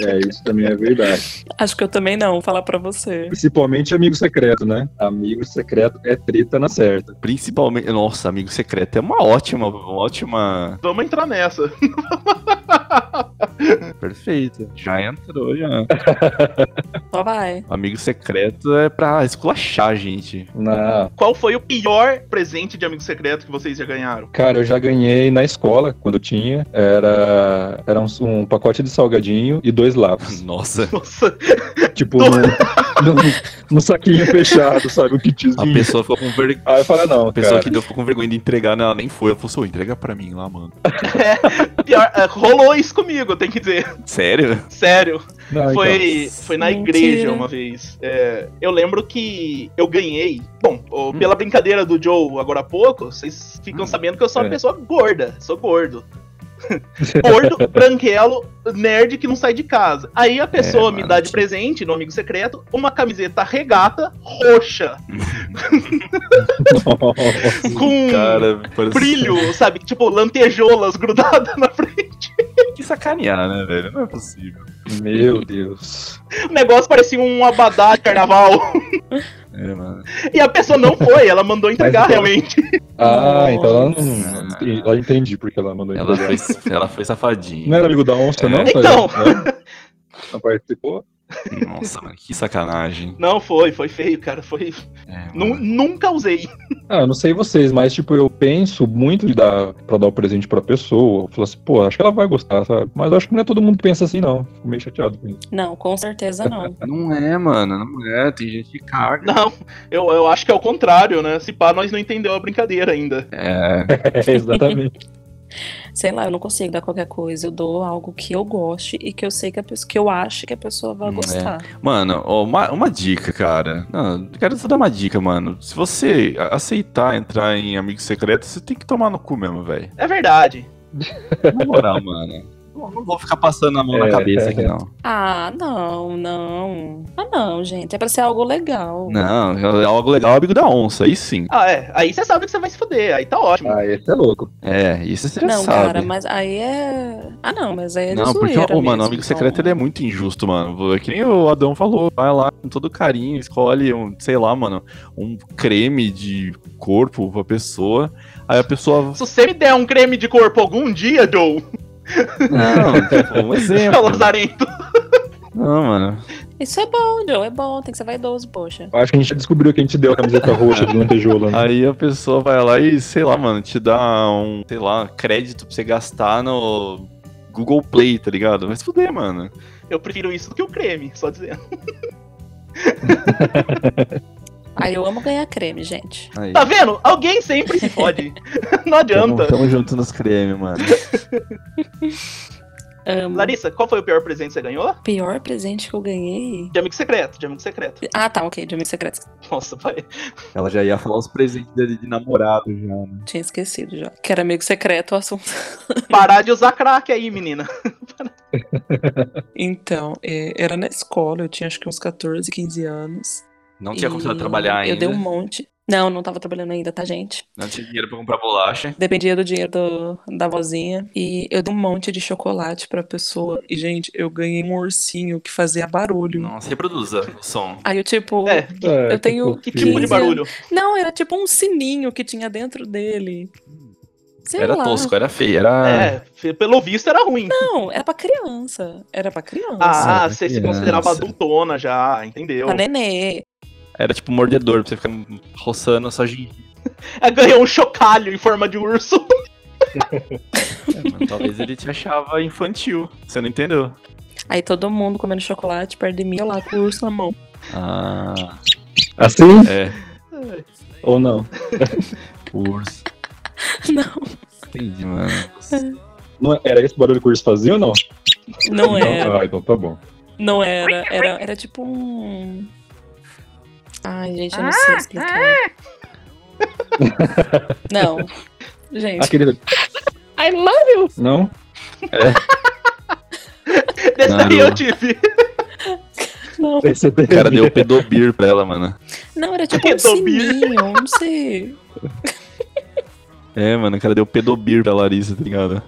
É, isso também é verdade.
Acho que eu também não, vou falar pra você.
Principalmente amigo secreto, né? Amigo secreto é treta na certa.
Principalmente. Nossa, amigo secreto é uma ótima, uma ótima.
Vamos entrar nessa.
Perfeito. Já entrou, já.
Só vai.
Amigo secreto é pra esculachar, gente.
Não.
Qual foi o pior presente de amigo secreto que vocês já ganharam?
Cara, eu já ganhei na escola, quando eu tinha. Era, era um, um pacote de salgadinho e dois lápis.
Nossa.
Nossa,
tipo, no, no- no saquinho fechado, sabe? O
A
kitzinho.
pessoa ficou com vergonha.
Aí eu falei, não,
A pessoa
cara.
que deu ficou com vergonha de entregar, né? Ela nem foi. Ela falou, "Seu, entrega pra mim lá, mano.
pior, eh, rolou isso comigo, tem que dizer.
Sério?
Sério.
Não, então.
Foi, foi na
Mentira.
igreja uma vez. É, eu lembro que eu ganhei. Bom, ô,
Hum.
pela brincadeira do Joe agora há pouco, vocês ficam sabendo que eu sou uma
é.
pessoa gorda. Sou gordo. gordo, branquelo, nerd que não sai de casa. Aí a pessoa me
mano,
dá de
tipo-
presente, no amigo secreto, uma camiseta regata roxa.
então.
Com
Cara, parece...
brilho, sabe? Tipo, lantejoulas grudadas na frente.
Que sacanear, né, velho? Não é possível.
Meu Deus.
O negócio parecia um abadá de carnaval.
É, mano.
E a pessoa não foi, ela mandou entregar
Mas então-
realmente.
Ah, então ela
Nossa.
não. Ela entendi porque ela mandou
Ela
entregar.
foi, ela foi
Não
safadinha.
era amigo da onça,
É.
não?
Então.
Não, não participou?
Nossa, mano, que sacanagem.
Não, foi, foi feio, cara. Foi.
É,
Nu-
mano.
Nunca usei.
Ah, eu não sei vocês, mas tipo, eu penso muito de dar pra dar o presente pra pessoa. Eu falo assim, pô, acho que ela vai gostar, sabe? Mas eu acho que não é todo mundo que pensa assim, não. Fico meio chateado com isso.
Não, com certeza não.
Não é, mano. Não é. Tem gente que caga.
Não, eu, eu acho que é o contrário, né? Se pá, nós não entendeu a brincadeira ainda.
É.
É, exatamente.
Sei lá, eu não consigo dar qualquer coisa. Eu dou algo que eu goste e que eu sei que a pessoa, que eu acho que a pessoa vai
Hum, é.
gostar.
Mano, ó, uma, uma dica, cara. Não, eu quero só dar uma dica, mano. Se você a- aceitar entrar em amigo secreto, você tem que tomar no cu mesmo, velho.
É verdade.
Na moral, mano. Não, não vou ficar passando a mão
É,
na cabeça
é,
aqui,
é.
não.
Ah, não, não. Ah, não, gente. É pra ser algo legal.
Não, é algo legal, amigo da onça, aí sim.
Ah, é. Aí você sabe que você vai se fuder, aí tá ótimo.
Ah, esse é louco.
É, isso você já
Não,
sabe.
cara, mas aí é. Ah, não, mas aí é de
Não, porque,
zoeira
ô, mano, o
mesmo,
amigo
então.
secreto ele é muito injusto, mano. É Que nem o Adão falou, vai lá com todo carinho, escolhe um, sei lá, mano, um creme de corpo pra pessoa. Aí a pessoa.
Se você me der um creme de corpo algum dia, Joe,
Não, tipo, um
é
exemplo.
lazarento.
Não, mano.
Isso é bom, Joe, é bom, tem que ser vaidoso, poxa.
Eu Acho que a gente já descobriu que a gente deu a camiseta roxa de lantejoula. Né?
Aí a pessoa vai lá e, sei lá, mano, te dá um, sei lá, crédito pra você gastar no Google Play, tá ligado? Vai se fuder, mano.
Eu prefiro isso do que o creme, só dizendo.
Aí eu amo ganhar creme, gente.
Aí.
Tá vendo? Alguém sempre se fode. Não adianta.
Tamo, tamo junto nos cremes, mano.
Amo.
Larissa, qual foi o pior presente que você ganhou?
Pior presente que eu ganhei.
De amigo secreto, de amigo secreto.
Ah, tá, ok, de amigo secreto.
Nossa, pai.
Ela já ia falar os presentes dele de namorado já, né?
Tinha esquecido já. Que era amigo secreto o assunto.
Parar de usar crack aí, menina.
Então, é, era na escola, eu tinha acho que uns 14, 15 anos.
Não tinha
e
começado a trabalhar ainda.
Eu dei um monte. Não, não tava trabalhando ainda, tá, gente?
Não tinha dinheiro pra comprar bolacha.
Dependia do dinheiro do- da vozinha. E eu dei um monte de chocolate pra pessoa. E, gente, eu ganhei um ursinho que fazia barulho.
Nossa, reproduza o som.
Aí eu, tipo.
É,
É,
Eu tenho
fofinho.
que tipo de
15
barulho?
Não, era tipo um sininho que tinha dentro dele. Sei
era
lá.
tosco, era feio, era.
É, fe- pelo visto era ruim.
Não, era pra criança. Era pra criança.
Ah,
Nossa,
você se
criança.
considerava adultona já, entendeu?
Pra nenê.
Era tipo um mordedor pra você ficar roçando a sua gengiva.
Aí Ganhou um chocalho em forma de urso.
mano. É, Talvez ele te achava infantil. Você não entendeu?
Aí todo mundo comendo chocolate perto de mim, eu lá com o urso na mão.
Ah.
Assim
É.
ou não?
Urso.
Não,
Entendi, mano.
Não é- era esse barulho que o urso fazia ou não?
não
Então
era.
tá, então tá bom.
Não era. Era, era tipo um. Ai, gente, eu não sei explicar. Não. Gente.
Aquele.
I love you!
Não?
Desse
Não.
daí eu tive.
Não,
Esse é
O cara deu pedobir pra ela, mano.
não era tipo um
Redomir.
sininho, eu não sei.
É, mano, o cara deu pedobir pra Larissa, tá ligado?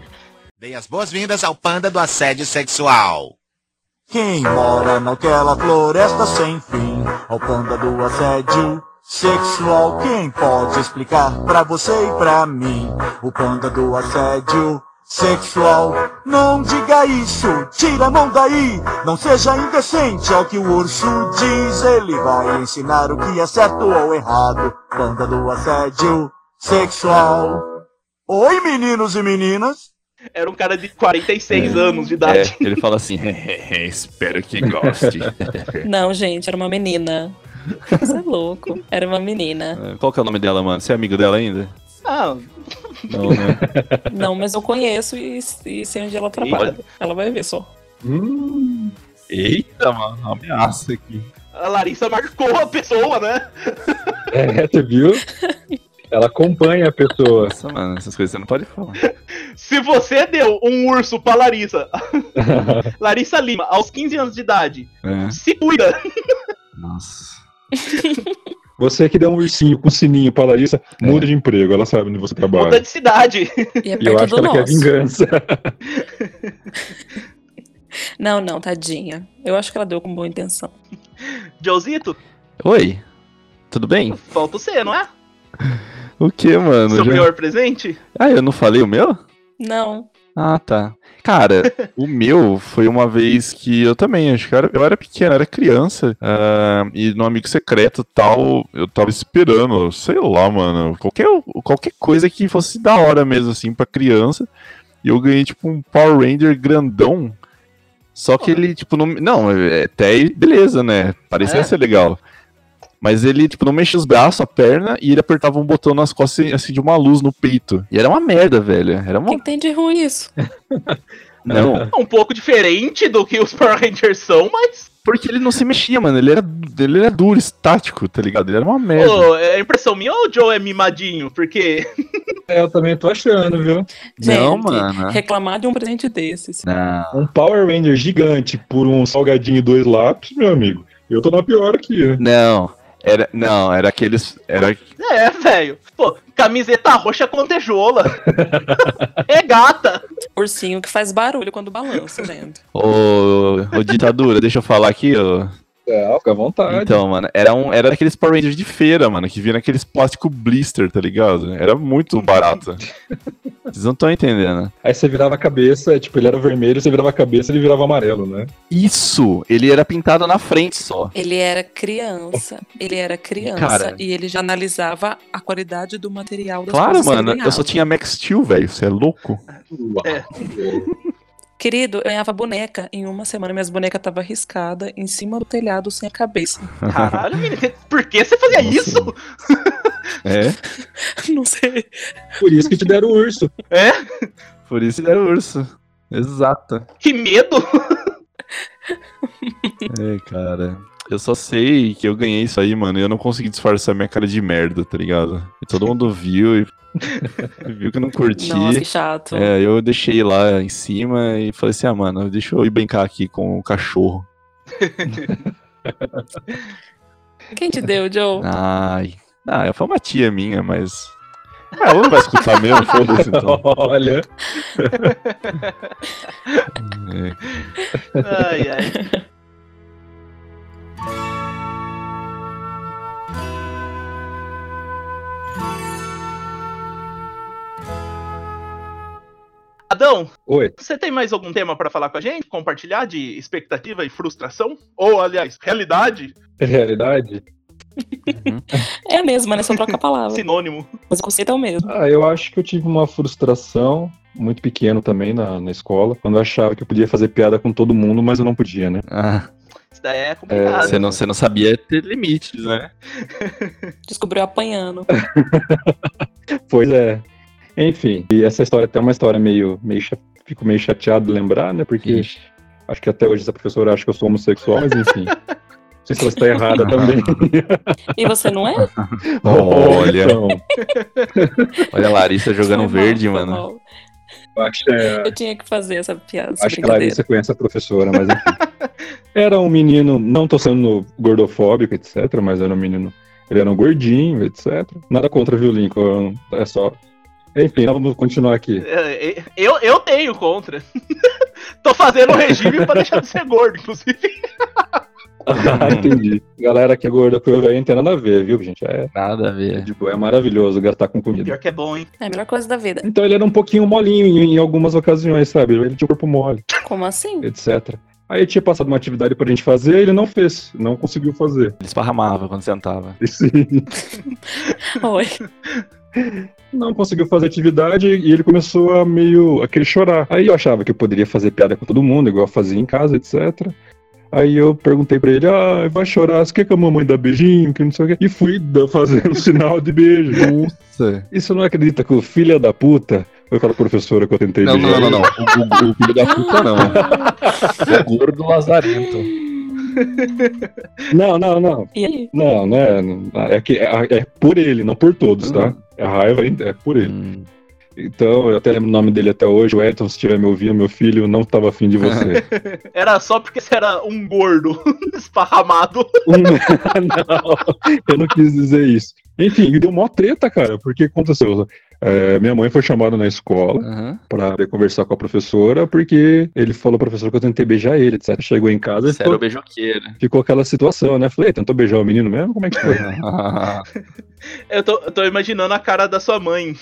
Dei as boas-vindas ao panda do assédio sexual. Quem mora naquela floresta sem fim, ao panda do assédio sexual, quem pode explicar pra você e pra mim? O panda do assédio
sexual. Não diga isso, tira a mão daí. Não seja indecente ao que o urso diz. Ele vai ensinar o que é certo ou errado. Banda do assédio sexual. Oi, meninos e meninas.
Era um cara de
É.
46 anos de idade.
ele fala assim, espero que goste.
Não, gente, era uma menina. Você é louco. Era uma menina.
Qual que é o nome dela, mano? Você é amigo dela ainda?
Ah,
Não, né?
não, mas eu conheço e, e sei onde ela trabalha. Ela vai ver só.
Hum, eita, mano, uma ameaça aqui.
a Larissa marcou a pessoa, né?
É, você viu? Ela acompanha a pessoa.
Nossa, mano, essas coisas você não pode falar.
Se você deu um urso pra Larissa, Larissa Lima, aos 15 anos de idade,
É.
se cuida.
Nossa.
Você que deu um ursinho com sininho pra Larissa, muda de emprego, ela sabe onde você
Muda
trabalha.
de cidade.
E é
E
perto
eu acho que
do
ela quer
nosso.
vingança.
Não, não, tadinha. Eu acho que ela deu com boa intenção.
Josito,
Oi, tudo bem?
falta você, não é?
O que, mano?
Seu
Já-
melhor presente?
Ah, eu não falei o meu?
Não.
Ah, tá. Cara, o meu foi uma vez que eu também, acho que eu era, eu era pequeno, eu era criança, ah, e no Amigo Secreto tal, eu tava esperando, sei lá, mano, qualquer, qualquer coisa que fosse da hora mesmo, assim, pra criança, e eu ganhei, tipo, um Power Ranger grandão, só que ele, tipo, não, não, é- até aí, beleza, né, parecia
É.
ser legal. Mas ele, tipo, não mexia os braços, a perna, e ele apertava um botão nas costas, assim, assim, de uma luz no peito. E era uma merda, velho. Era
Quem
uma...
tem de ruim isso?
Não.
É Um pouco diferente do que os Power Rangers são, mas
Porque ele não se mexia, mano. Ele era, ele era duro, estático, tá ligado? Ele era uma merda.
pô, é impressão minha ou o Joe é mimadinho? Porque
É, eu também tô achando, viu?
não,
Gente,
mano.
Reclamar de um presente desses.
Não.
Um Power Ranger gigante por um salgadinho e dois lápis, meu amigo. Eu tô na pior aqui, né?
Não. Era, não, era aqueles. Era,
É, velho. Pô, camiseta roxa com tejola. é gata.
Ursinho que faz barulho quando balança, gente.
Ô, ô, ditadura, deixa eu falar aqui, ô.
É, fica à vontade.
Então, mano, era, um, era aqueles Power Rangers de feira, mano, que vinha naqueles plástico blister, tá ligado? Era muito barato. Vocês não estão entendendo.
Aí você virava a cabeça, é, tipo, ele era vermelho, você virava a cabeça, ele virava amarelo, né?
Isso! Ele era pintado na frente só.
Ele era criança. Ele era criança
Cara.
e ele já analisava a qualidade do material das
Claro,
coisas que ele
mano, eu
ganhava.
só tinha Max Steel, velho. Você é louco?
É.
Querido, eu ganhava boneca. Em uma semana, minhas bonecas estavam arriscadas em cima do telhado sem a cabeça.
Caralho, menino. Por que você fazia
Nossa.
isso?
É.
Não sei.
Por isso que te deram o urso.
É?
Por isso ele era urso. Exato.
Que medo.
É, cara. Eu só sei que eu ganhei isso aí, mano. E eu não consegui disfarçar minha cara de merda, tá ligado? E todo mundo viu e viu que eu não curti.
Nossa, que chato.
É, eu deixei lá em cima e falei assim, ah, mano, deixa eu ir brincar aqui com o cachorro.
Quem te deu, Joe?
Ai. Ah, foi uma tia minha, mas. Ah, ela não vai escutar mesmo, foda-se então.
Olha,
É.
Ai, ai. Adão,
oi.
você tem mais algum tema pra falar com a gente? Compartilhar de expectativa e frustração? Ou, aliás, realidade?
É realidade?
É a mesma, né? Só troca a palavra.
Sinônimo.
Mas o conceito é o mesmo.
Ah, eu acho que eu tive uma frustração muito pequeno também na, na escola, quando eu achava que eu podia fazer piada com todo mundo, mas eu não podia, né?
Ah,
Isso daí é complicado.
você, não, você não sabia ter limites, né?
Descobriu apanhando.
Pois é. Enfim, e essa história é até uma história meio. meio cha- fico meio chateado de lembrar, né? Porque acho que até hoje essa professora acha que eu sou homossexual, mas enfim. Não sei se ela está errada também.
E você não é?
Olha.
Então,
Olha a Larissa
Foi
jogando
mal,
verde,
foi
mano.
mal.
eu acho que é.
Eu tinha que fazer essa piada, essa
Acho que a
brincadeira.
Larissa conhece a professora, mas enfim. Era um menino, não tô sendo gordofóbico, etc, mas era um menino. Ele era um gordinho, etc. Nada contra, viu, Lincoln? É só. Enfim, nós vamos continuar aqui.
É, é, Eu, eu tenho contra. Tô fazendo um regime pra deixar de ser gordo, inclusive.
Ah, entendi. Galera que é gorda com eu aí não tem nada a ver, viu, gente? É,
nada a ver.
de boa, é maravilhoso gastar com comida.
Pior que é bom, hein?
É a melhor coisa da vida.
Então ele era um pouquinho molinho em, em algumas ocasiões, sabe? Ele tinha o corpo mole,
Como assim?
etc. Aí tinha passado uma atividade pra gente fazer ele não fez, não conseguiu fazer.
Ele esparramava quando sentava.
Esse-
Oi.
não conseguiu fazer atividade e ele começou a meio a querer chorar. Aí eu achava que eu poderia fazer piada com todo mundo, igual eu fazia em casa, etc. Aí eu perguntei pra ele, ah, vai chorar, você quer que a mamãe dá beijinho, que não sei o quê. E fui da- fazendo sinal de beijo.
Nossa.
E você não acredita que o filho da puta foi aquela professora que eu tentei
Não,
beijar?
não, não, não. O, o- o filho da puta não. O gordo lazarento.
Não, não, não.
E aí?
Não, não é. É, que, é, é por ele, não por todos, tá? É raiva, é por ele. Então, eu até lembro o nome dele até hoje, o Edson, se estiver me ouvindo, meu filho, não tava afim de você.
Era só porque você era um gordo esparramado.
Um- não, eu não quis dizer isso. Enfim, deu mó treta, cara, porque aconteceu. É, minha mãe foi chamada na escola
Aham.
pra poder conversar com a professora, porque ele falou, professor, que eu tentei beijar ele, etc. Chegou em casa e
Você era o
ficou,
beijoqueiro.
ficou aquela situação, né? Falei, tentou beijar o menino mesmo? Como é que foi?
Eu tô, eu tô imaginando a cara da sua mãe.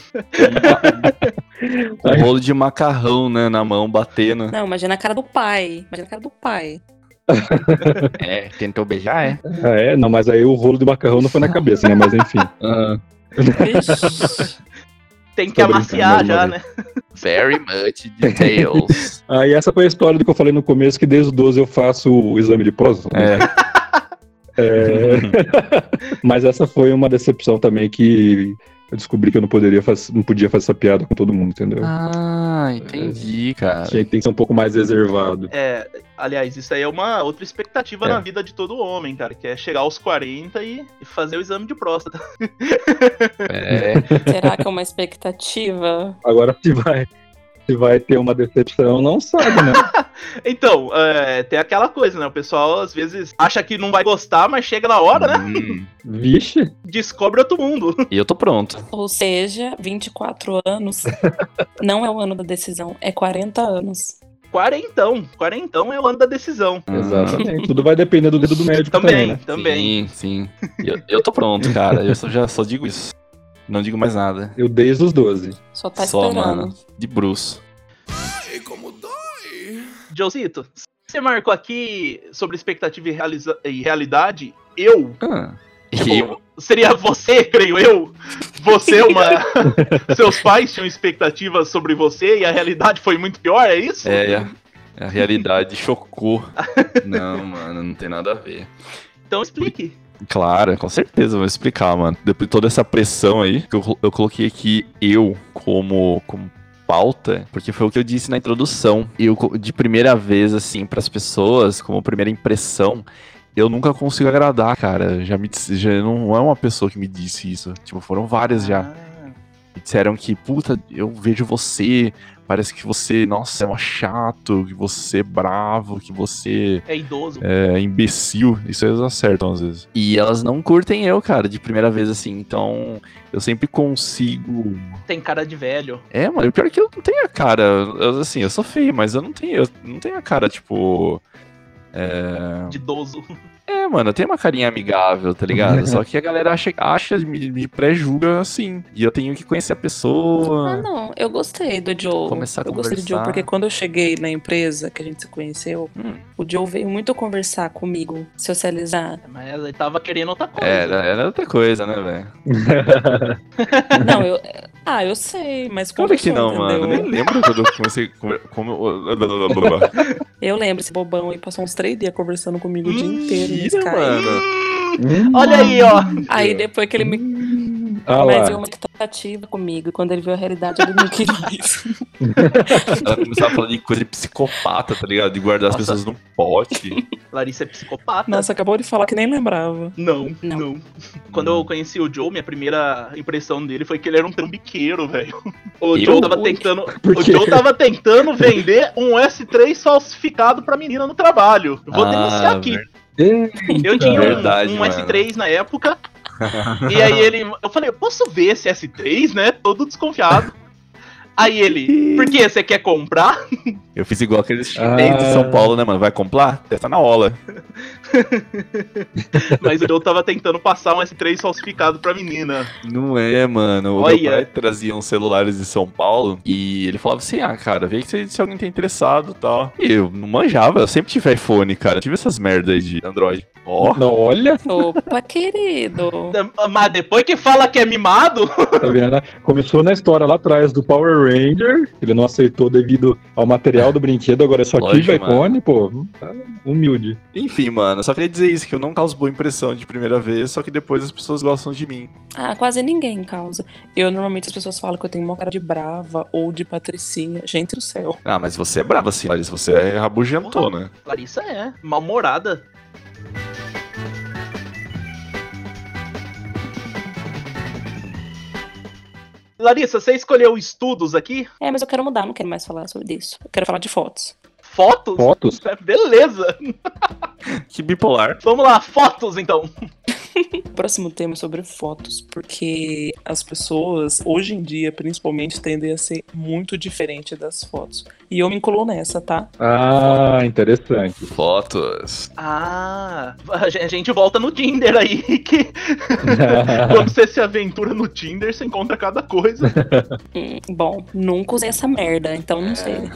Com um rolo de macarrão, né, na mão, batendo.
Não, imagina a cara do pai. Imagina a cara do pai.
É, tentou beijar, é?
Ah, é? Não, mas aí o rolo de macarrão não foi na cabeça, né? Mas enfim.
Vixe.
Tem que
Ah, Tô
amaciar
brincando,
já,
meu
né?
Very much details.
Aí essa foi a história do que eu falei no começo, que desde o 12 eu faço o exame de próstata.
É.
É. Mas essa foi uma decepção também que eu descobri que eu não poderia faz- não podia fazer essa piada com todo mundo, entendeu?
Ah, entendi, cara.
Tinha que tem que ser um pouco mais reservado.
É, aliás, isso aí é uma outra expectativa
É.
na vida de todo homem, cara, que é chegar aos 40 e, e fazer o exame de próstata.
É.
Será que é uma expectativa?
Agora se vai, se vai ter uma decepção, não sabe, né?
Então, é, tem aquela coisa, né? O pessoal às vezes acha que não vai gostar, mas chega na hora, né?
Hum,
Vixe,
Descobre outro mundo.
e eu tô pronto.
Ou seja, 24 anos não é o ano da decisão, é 40 anos.
Quarentão. Quarentão é o ano da decisão.
Ah.
Hum.
exatamente. Tudo vai depender do dedo do médico também,
É, Também,
né?
também.
Sim, sim. Eu, eu tô pronto, cara. Eu só, já só digo isso. Não digo mais nada.
Eu desde os 12.
Só tá
só,
esperando.
mano. De bruxo.
Josito, você marcou aqui sobre expectativa e, realiza- e realidade. Eu
Ah.
Tipo,
Eu,
Seria você, creio eu. Você, é uma. Seus pais tinham expectativas sobre você e a realidade foi muito pior, é isso?
é, a, a realidade chocou. Não, mano, não tem nada a ver.
Então explique.
Claro, com certeza, vou explicar, mano. Depois de toda essa pressão aí, que eu, col- eu coloquei aqui eu como, como pauta, porque foi o que eu disse na introdução. Eu, co- de primeira vez, assim, pras pessoas, como primeira impressão, eu nunca consigo agradar, cara. Já me dis- já não é uma pessoa que me disse isso. Tipo, foram várias
Ah.
já. Me disseram que, puta, eu vejo você, parece que você, nossa, é um chato, que você é bravo, que você
É idoso.
é, imbecil. Isso eles acertam às vezes. E elas não curtem eu, cara, de primeira vez assim. Então, eu sempre consigo.
Tem cara de velho.
É, mano, o pior é que eu não tenho a cara. Eu, assim, eu sou feio, mas eu não tenho, eu não tenho a cara, tipo.
De idoso.
É, mano, eu tenho uma carinha amigável, tá ligado? Só que a galera acha, acha me, me pré-julga assim. E eu tenho que conhecer a
Ah,
pessoa.
não, eu gostei do Joe.
Começar a
eu gostei do Joe
conversar.
porque quando eu cheguei na empresa que a gente se conheceu,
Hum.
o Joe veio muito conversar comigo, socializar.
Mas ele tava querendo outra coisa.
É, Era, era outra coisa, né, velho?
Não, eu. Ah, eu sei, mas
Claro que
conversou,
não, mano.
entendeu?
Eu nem lembro quando eu comecei. a conver- Como.
Eu lembro, esse bobão aí passou uns três dias conversando comigo o dia inteiro no
Mentira,
Skype.
mano.
Hum.
Olha aí, ó.
Aí depois que ele me
Ah
mas eu
lá.
uma expectativa comigo, e quando ele viu a realidade, ele não queria mais.
Ela começava a falar de coisa de psicopata, tá ligado? De guardar
Nossa.
as pessoas num pote.
Larissa é psicopata.
Nossa, acabou de falar que nem lembrava.
Não,
Não.
não, Quando eu conheci o Joe, minha primeira impressão dele foi que ele era um trambiqueiro, velho. O
Eu?
Joe tava
Por
tentando.
Por
O
quê?
Joe Então tava tentando vender um S3 falsificado pra menina no trabalho. Vou
Ah,
denunciar aqui.
Eita.
Eu tinha um-
Verdade,
um,
mano.
S3 na época. e aí ele. Eu falei, eu posso ver esse S3, né? Todo desconfiado. Aí ele, por que você quer comprar?
Eu fiz igual aqueles chineses de São Paulo, né, mano? Vai comprar? Testa na ola.
Mas o Joe tava tentando passar um S3 falsificado pra menina.
Não é, mano. O
Olha.
meu pai trazia uns celulares de São Paulo e ele falava assim, ah, cara, vê que se, se alguém tá interessado e tal. E eu não manjava, eu sempre tive iPhone, cara. Eu tive essas merdas aí de Android. Ó.
Não, olha.
Opa, tá, querido.
Mas depois que fala que é mimado.
Tá vendo, né? Começou na história lá atrás do Power Ranger, ele não aceitou devido ao material do brinquedo, agora é só
Lógico,
tive iPhone, pô, tá humilde.
Enfim, mano, eu só queria dizer isso, que eu não causo boa impressão de primeira vez, só que depois as pessoas gostam de mim.
Ah, quase ninguém causa. Eu normalmente as pessoas falam que eu tenho uma cara de brava ou de patricinha. Gente do céu.
Ah, mas você é brava, assim, Larissa, você é rabugentona.
Larissa é, mal-humorada. Larissa, você escolheu estudos aqui?
É, mas eu quero mudar, não quero mais falar sobre isso. Eu quero falar de fotos.
Fotos?
Fotos?
Beleza!
Que bipolar.
Vamos lá, fotos então!
O próximo tema é sobre fotos, porque as pessoas, hoje em dia, principalmente, tendem a ser muito diferente das fotos. E eu me incluo nessa, tá?
Ah, interessante.
Fotos.
Ah, a gen- a gente volta no Tinder aí, que quando você se aventura no Tinder, você encontra cada coisa.
Hum, bom, nunca usei essa merda, então não sei.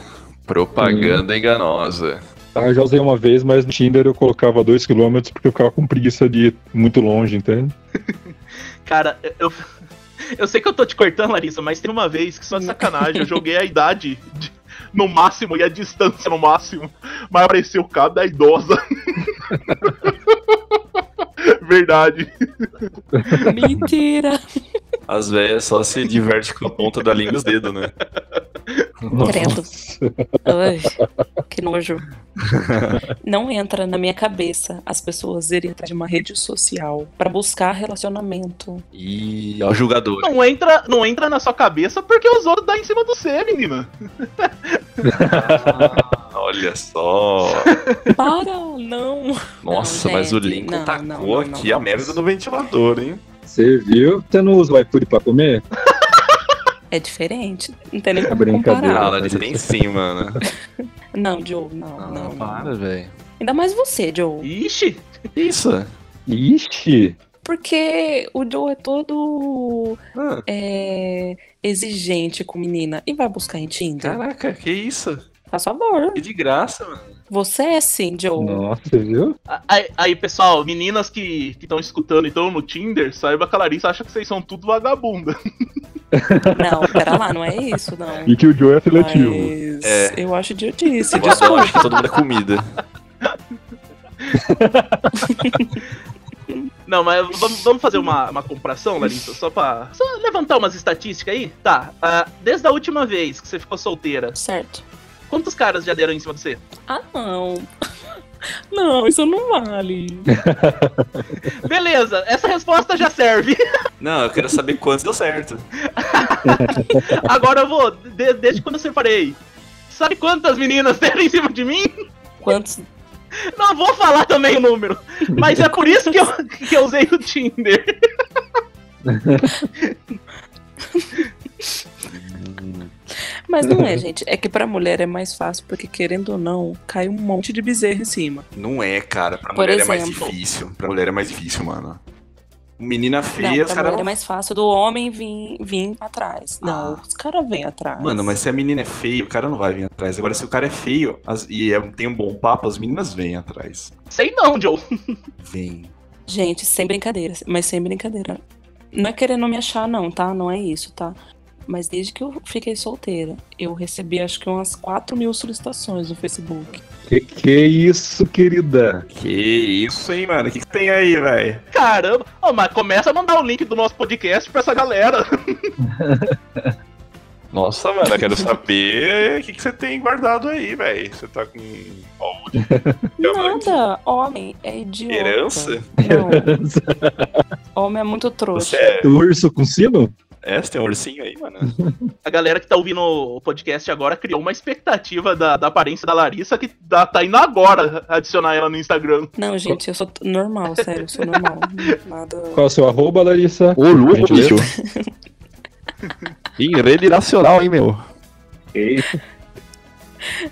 Propaganda enganosa.
Ah, eu já usei uma vez, mas no Tinder eu colocava 2km porque eu ficava com preguiça de ir muito longe, entende?
Cara, eu, eu sei que eu tô te cortando, Larissa, mas tem uma vez que só de sacanagem, eu joguei a idade de- no máximo e a distância no máximo, mas apareceu cada idosa. Verdade.
Mentira!
As velhas só se divertem com a ponta da língua e os dedos, né?
Credo. Ai, que nojo. Não entra na minha cabeça as pessoas irem atrás de uma rede social pra buscar relacionamento.
E ó, o julgador.
Não entra, não entra na sua cabeça porque os outros dão em cima do C, menina.
Olha só.
Para, não.
Nossa,
Não,
mas o
gente,
Lincoln
não,
tacou
não, não,
aqui
não.
a merda do ventilador, hein?
Você viu? Você não usa o iFood pra comer?
É diferente. Não tem nem
É
como
brincadeira.
Ah,
comparar.
Larissa tem sim, mano.
Não, Joe, não,
Ah,
não, não.
velho.
Ainda mais você, Joe.
Ixi,
Isso.
Ixi!
Porque o Joe é todo
Ah,
é, exigente com menina e vai buscar em Tinder.
caraca, que isso?
Faz favor.
Que de graça, mano.
Você é sim, Joe.
Nossa, você viu?
Aí, aí, pessoal, meninas que estão escutando então no Tinder, saiba que a Larissa acha que vocês são tudo vagabunda.
Não, pera lá, não é isso, não.
E que o Joe é seletivo.
Mas
É.
eu acho idiotice.
Eu adoro, acho que todo mundo é comida.
Não, mas vamos, vamos fazer uma, uma comparação, Larissa, só pra só levantar umas estatísticas aí. Tá, ah, desde a última vez que você ficou solteira,
Certo.
quantos caras já deram em cima de você?
Ah, não. Não, isso não vale.
Beleza, essa resposta já serve.
Não, eu quero saber quantos deu certo.
Agora eu vou, de- desde quando eu separei. Sabe quantas meninas deram em cima de mim?
Quantos?
Não vou falar também o número, mas é por isso que eu, que eu usei o Tinder.
Mas não é, gente. É que pra mulher é mais fácil, porque querendo ou não, cai um monte de bezerro em cima.
Não é, cara. Pra
Por
mulher é mais
exemplo.
difícil. Pra mulher é mais difícil, mano. Menina
Não,
feia,
pra
os
mulher
caras.
é mais fácil do homem vir, vir atrás. Não, os caras vêm atrás.
Ah. Mano, mas se a menina é feia, o cara não vai vir atrás. Agora, se o cara é feio as- e é- tem um bom papo, as meninas vêm atrás.
Sei não, Joe.
Vem.
Gente, sem brincadeira, mas sem brincadeira. Não é querendo me achar, não, tá? Não é isso, tá? Mas desde que eu fiquei solteira, eu recebi acho que umas 4 mil solicitações no Facebook.
Que que é isso, querida?
Que isso, hein, mano? O que, que tem aí, velho?
Caramba, Ó, mas começa a mandar o link do nosso podcast pra essa galera.
Nossa, mano, eu quero saber o que, que você tem guardado aí, velho. Você tá com. algo de diamante?
Nada, homem, é idiota.
Herança?
Não, homem é muito trouxa.
Você é.
O urso com sino?
É, você tem um ursinho aí, mano?
A galera que tá ouvindo o podcast agora criou uma expectativa da, da aparência da Larissa que tá, tá indo agora adicionar ela no Instagram.
Não, gente, eu sou t- normal, sério, eu sou normal. Nada.
Qual é o seu arroba, Larissa?
Ô, louco,
Gentileza.
bicho. Em rede nacional, hein, meu?
Ok.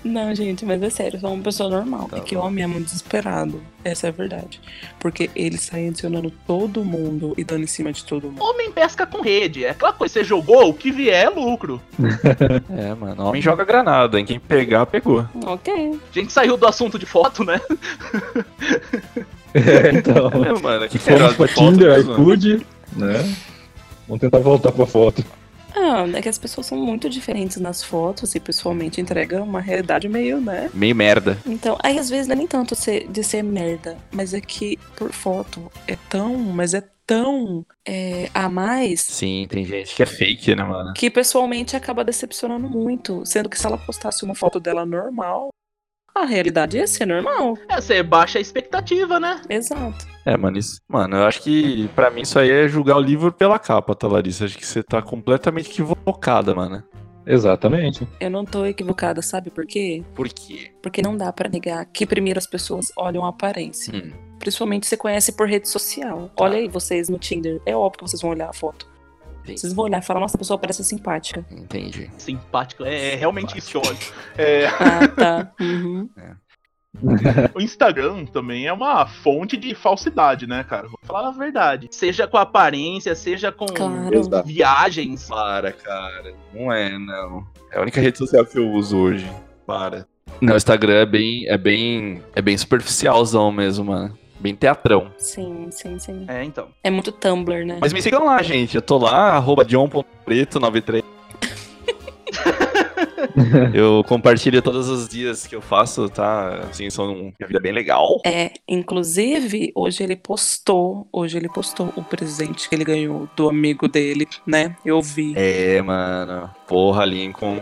Não, gente, mas é sério, eu sou uma pessoa normal.
Tá
é que
bom.
o homem é muito desesperado. Essa é a verdade. Porque ele sai adicionando todo mundo e dando em cima de todo mundo.
Homem pesca com rede. É aquela coisa, você jogou, o que vier é lucro.
É, mano, homem joga granada, hein? Quem pegar, pegou.
Ok.
A gente saiu do assunto de foto, né?
É, então.
É mesmo, mano, que
Fomos
será
pra
de foto
Tinder,
mesmo?
iFood, né? Vamos tentar voltar pra foto.
Ah, é que as pessoas são muito diferentes nas fotos e pessoalmente entrega uma realidade meio, né?
Meio merda.
Então, aí às vezes não é nem tanto ser- de ser merda, mas é que por foto é tão, mas é tão é, a mais
Sim, tem gente que é fake, né, mano?
que pessoalmente acaba decepcionando muito. Sendo que se ela postasse uma foto dela normal, a realidade ia ser normal.
É, você baixa a expectativa, né?
Exato.
É, mano, isso. Mano, eu acho que pra mim isso aí é julgar o livro pela capa, tá, Larissa? Acho que você tá completamente equivocada, mano.
Exatamente.
Eu não tô equivocada, sabe por quê?
Por quê?
Porque não dá pra negar que primeiro as pessoas olham a aparência.
Hum.
Principalmente se conhece por rede social.
Tá.
Olha aí vocês no Tinder. É óbvio que vocês vão olhar a foto.
Entendi.
Vocês vão olhar e falar, nossa, a pessoa parece simpática.
Entendi.
Simpático. É, é realmente isso, olha. É,
Ah, tá.
Hum,
Uhum.
o Instagram também é uma fonte de falsidade, né, cara? Vou falar a verdade. Seja com aparência, seja com
Claro.
Exato.
viagens.
Para, cara. Não é, não. É a única rede social que eu uso hoje. Para. Não, o Instagram é bem. é bem. é bem superficialzão mesmo, mano. Bem teatrão.
Sim, sim, sim.
É, então.
É muito Tumblr, né?
Mas me sigam lá, gente. Eu tô lá, arroba John.preto93. eu compartilho todos os dias que eu faço, tá? Assim, são minha vida é bem legal.
É, inclusive, hoje ele postou, hoje ele postou o presente que ele ganhou do amigo dele, né? Eu vi.
É, mano. Porra, Lincoln.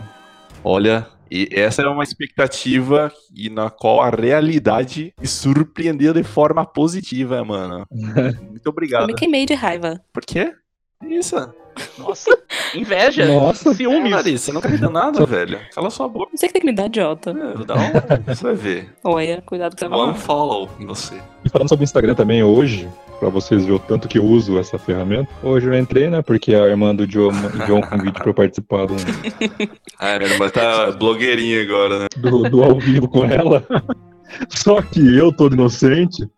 Olha, e essa é uma expectativa e na qual a realidade me surpreendeu de forma positiva, mano. Muito
Eu
obrigado.
me queimei de raiva.
Por quê? Isso.
Nossa, inveja.
Nossa.
Ciúmes.
Ciúmes.
É, Larissa, você nunca me deu nada, velho. Cala sua boca.
Não sei que tem que me dar idiota.
Eu vou dar um... Você vai ver.
Olha, cuidado que você
Um
vai.
follow em você.
E falando sobre o Instagram também hoje, pra vocês verem o tanto que eu uso essa ferramenta. Hoje eu entrei, né? Porque a irmã do John, John convide pra eu participar um do,
Ah, minha irmã tá blogueirinha agora, né?
do, do ao vivo com ela. Só que eu, todo inocente,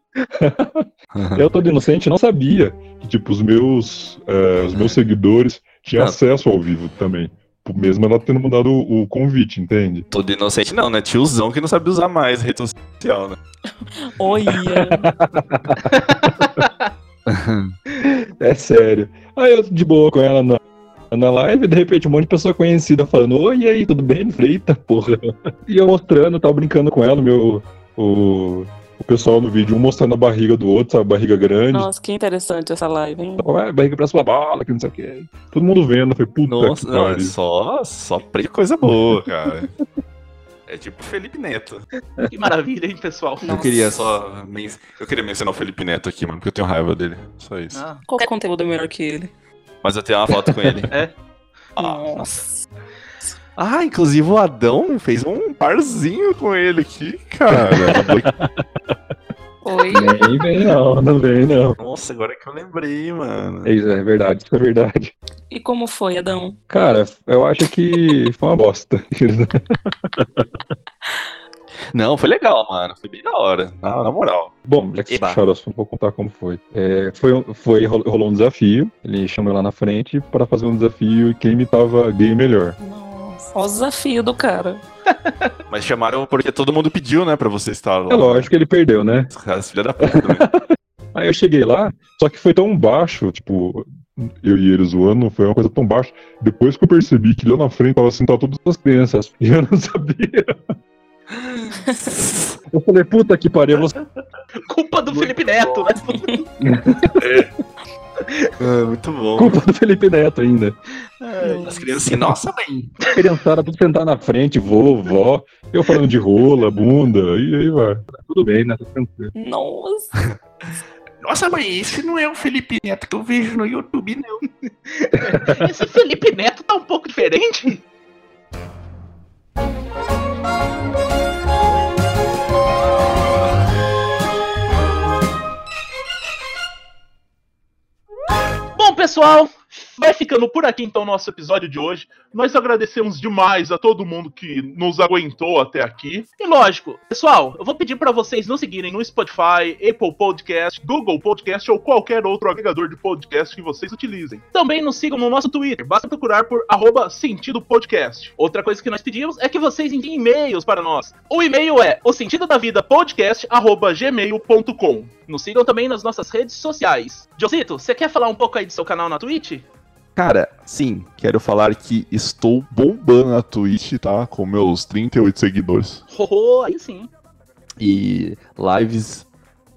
eu, todo inocente, não sabia que, tipo, os meus, eh, os meus seguidores tinham
Ah.
acesso ao vivo também. Mesmo ela tendo mandado o, o convite, entende?
Todo inocente não, né? Tiozão que não sabe usar mais rede social, né?
Olha.
É sério. Aí eu de boa com ela na, na live, de repente um monte de pessoa conhecida falando, oi, e aí, tudo bem? Eu falei, Eita, porra. E eu mostrando, eu tava brincando com ela, o meu. O, o pessoal no vídeo, um mostrando a barriga do outro, sabe, barriga grande.
Nossa, que interessante essa live, hein?
Ué, barriga pra é, sua bala, que não sei o que. Todo mundo vendo, eu falei, puta
Nossa,
que
não, é
pariu.
só, só pre- coisa boa, cara. É tipo Felipe Neto.
Que maravilha, hein, pessoal?
Eu queria só. men- Eu queria mencionar o Felipe Neto aqui, mano, porque eu tenho raiva dele. Só isso.
Ah,
Qualquer conteúdo é melhor que ele.
Mas eu tenho uma foto com ele.
É.
Nossa.
Ah, inclusive o Adão fez um parzinho com ele aqui, cara.
Oi.
Nem vem não, não vem não.
Nossa, agora que eu lembrei, mano.
É Isso é verdade, isso é verdade.
E como foi, Adão?
Cara, eu acho que foi uma bosta.
Não, foi legal, mano. Foi bem da hora. Na, na moral.
Bom, já que vocês
Eba.
puxaram o assunto, vou contar como foi. É, foi, um- foi. rol- Rolou um desafio, ele chamou eu lá na frente pra fazer um desafio e quem imitava gay melhor.
Nossa. Olha o desafio do cara.
Mas chamaram porque todo mundo pediu, né, pra você estar lá.
É lógico que ele perdeu, né?
Os caras, filha da puta, né?
Aí eu cheguei lá, só que foi tão baixo, tipo, eu e ele zoando, foi uma coisa tão baixa. Depois que eu percebi que lá na frente tava sentado todas as crianças, e eu não sabia. Eu falei, puta que pariu, eu vou
Culpa do Felipe Neto, né?
É, muito bom.
culpa do Felipe Neto ainda.
As crianças assim, nossa, mãe.
Criançada, tudo sentar na frente, vovó, eu falando de rola, bunda, e aí vai. Tudo bem, né? Tá tranquilo.
Nossa.
Nossa, mãe, esse não é o Felipe Neto que eu vejo no YouTube, não.
Esse Felipe Neto tá um pouco diferente. Bom, pessoal, Vai ficando por aqui então o nosso episódio de hoje. Nós agradecemos demais a todo mundo que nos aguentou até aqui. E lógico, pessoal, eu vou pedir para vocês nos seguirem no Spotify, Apple Podcast, Google Podcast ou qualquer outro agregador de podcast que vocês utilizem. Também nos sigam no nosso Twitter, basta procurar por arroba Sentido Podcast. Outra coisa que nós pedimos é que vocês enviem e-mails para nós. O e-mail é o sentido da vida podcast arroba gmail.com. Nos sigam também nas nossas redes sociais. Josito, você quer falar um pouco aí do seu canal na Twitch?
Cara, sim, quero falar que estou bombando na Twitch, tá? Com meus 38 seguidores.
Oh, aí sim.
E lives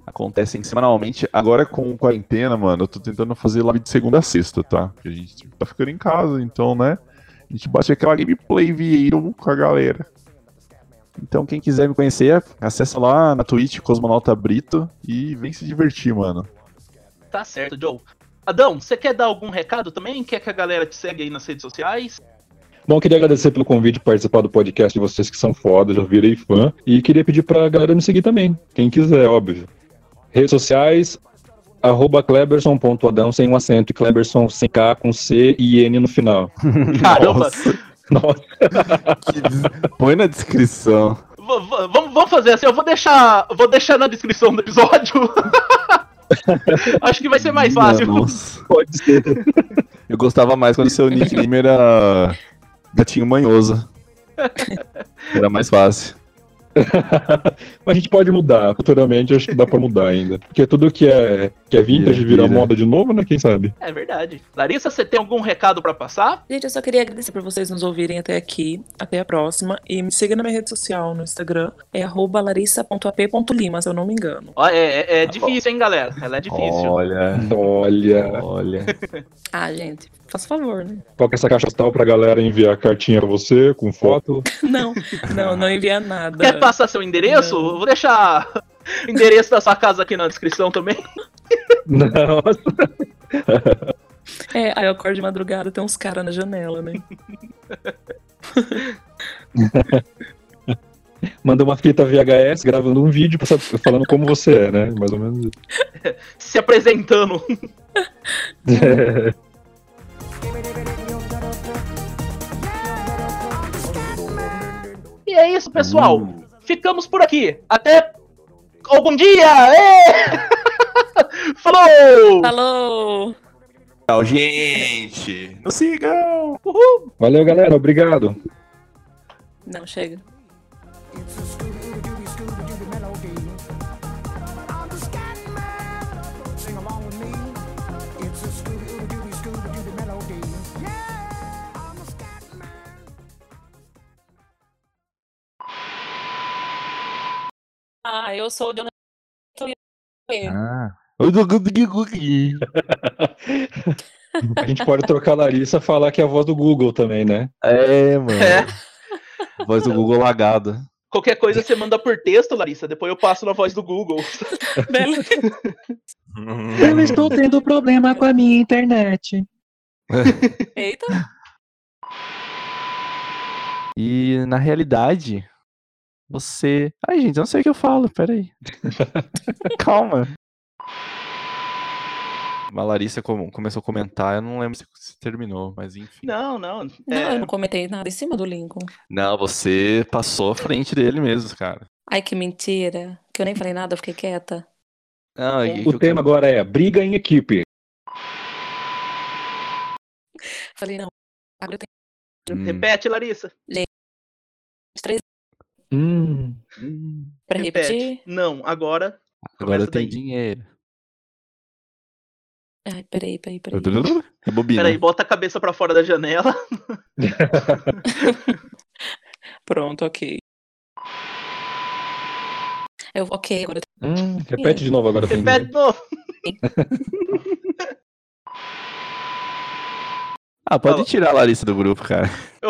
acontecem semanalmente. Agora com quarentena, mano, eu tô tentando fazer live de segunda a sexta, tá? Porque a gente tipo, tá ficando em casa, então, né? A gente bate aquela gameplay vieiro com a galera. Então, quem quiser me conhecer, acessa lá na Twitch Cosmonauta Brito e vem se divertir, mano.
Tá certo, Joe. Adão, você quer dar algum recado também? Quer que a galera te segue aí nas redes sociais?
Bom, queria agradecer pelo convite de participar do podcast de vocês que são foda, já virei fã. E queria pedir pra galera me seguir também, quem quiser, óbvio. Redes sociais, arroba kleberson.adão sem um acento e kleberson sem K com C e N no final.
Caramba!
Nossa.
Põe na descrição.
V- v- Vamos vamos fazer assim, eu vou deixar, vou deixar na descrição do episódio. Acho que vai ser É mais fácil.
Nossa. Pode ser. Eu gostava mais quando seu nickname era Gatinho Manhoso. Era mais fácil.
Mas a gente pode mudar, futuramente acho que dá pra mudar ainda. Porque tudo que é, que é vintage
Vira,
vira
vira.
moda de novo, né? Quem sabe?
É verdade. Larissa, você tem algum recado pra passar?
Gente, eu só queria agradecer por vocês nos ouvirem até aqui. Até a próxima. E me siga na minha rede social, no Instagram. É arroba larissa.ap.lima, se eu não me engano.
Ó, é é- é difícil, hein, galera? Ela é difícil.
Olha,
Olha.
olha.
Ah, gente, faça favor, né?
Qual que é essa caixa tal pra galera enviar cartinha pra você, com foto?
Não, não, não envia nada.
Quer passar seu endereço? Eu Vou deixar o endereço da sua casa aqui na descrição também.
Nossa.
É, aí eu acordo de madrugada, tem uns caras na janela, né?
Manda uma fita VHS gravando um vídeo pra- falando como você é, né? Mais ou menos isso.
Se apresentando. E é isso, pessoal. Ficamos por aqui. Até algum dia! Ê! Falou!
Falou!
Tchau, gente. Nos sigam.
Valeu, galera. Obrigado.
Não, chega. Ah, eu sou o Jonathan.
Ah.
A gente pode trocar a Larissa e falar que é a voz do Google também, né?
É, mano.
É.
Voz do Google lagada.
Qualquer coisa você manda por texto, Larissa. Depois eu passo na voz do Google.
Beleza.
Eu estou tendo problema com a minha internet.
Eita.
E na realidade, você. Ai, gente, eu não sei o que eu falo, peraí. Calma. A Larissa com- começou a comentar, eu não lembro se, se terminou, mas enfim.
Não, não.
Não,
É,
eu não comentei nada em cima do Lincoln.
Não, você passou à frente dele mesmo, cara.
Ai, que mentira. Que eu nem falei nada, eu fiquei quieta.
Não, é que
O
eu-
tema agora é briga em equipe.
Falei, não. Agora eu tenho
Hum,
Repete, Larissa.
três
Hum.
pra
Repete.
repetir.
Não, agora.
agora eu
começa daí.
tenho dinheiro.
Ai, peraí, peraí, peraí.
Rebobina.
Peraí, bota a cabeça pra fora da janela.
Pronto, ok. Eu, ok, agora eu
Hum, repete de novo agora.
Repete de novo.
Ah, pode tirar a Larissa do grupo, cara.
Eu-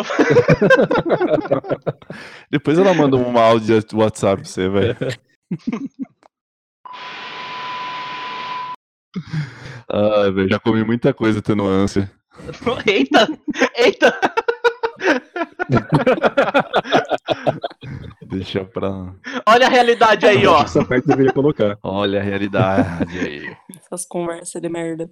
Depois ela manda um áudio de WhatsApp pra você, velho. Ai, velho, já comi muita coisa tendo ânsia.
Eita! Eita!
Deixa pra.
Olha a realidade aí, ó.
Essa parte eu deveria colocar.
Olha a realidade aí.
tenho essas conversas de merda.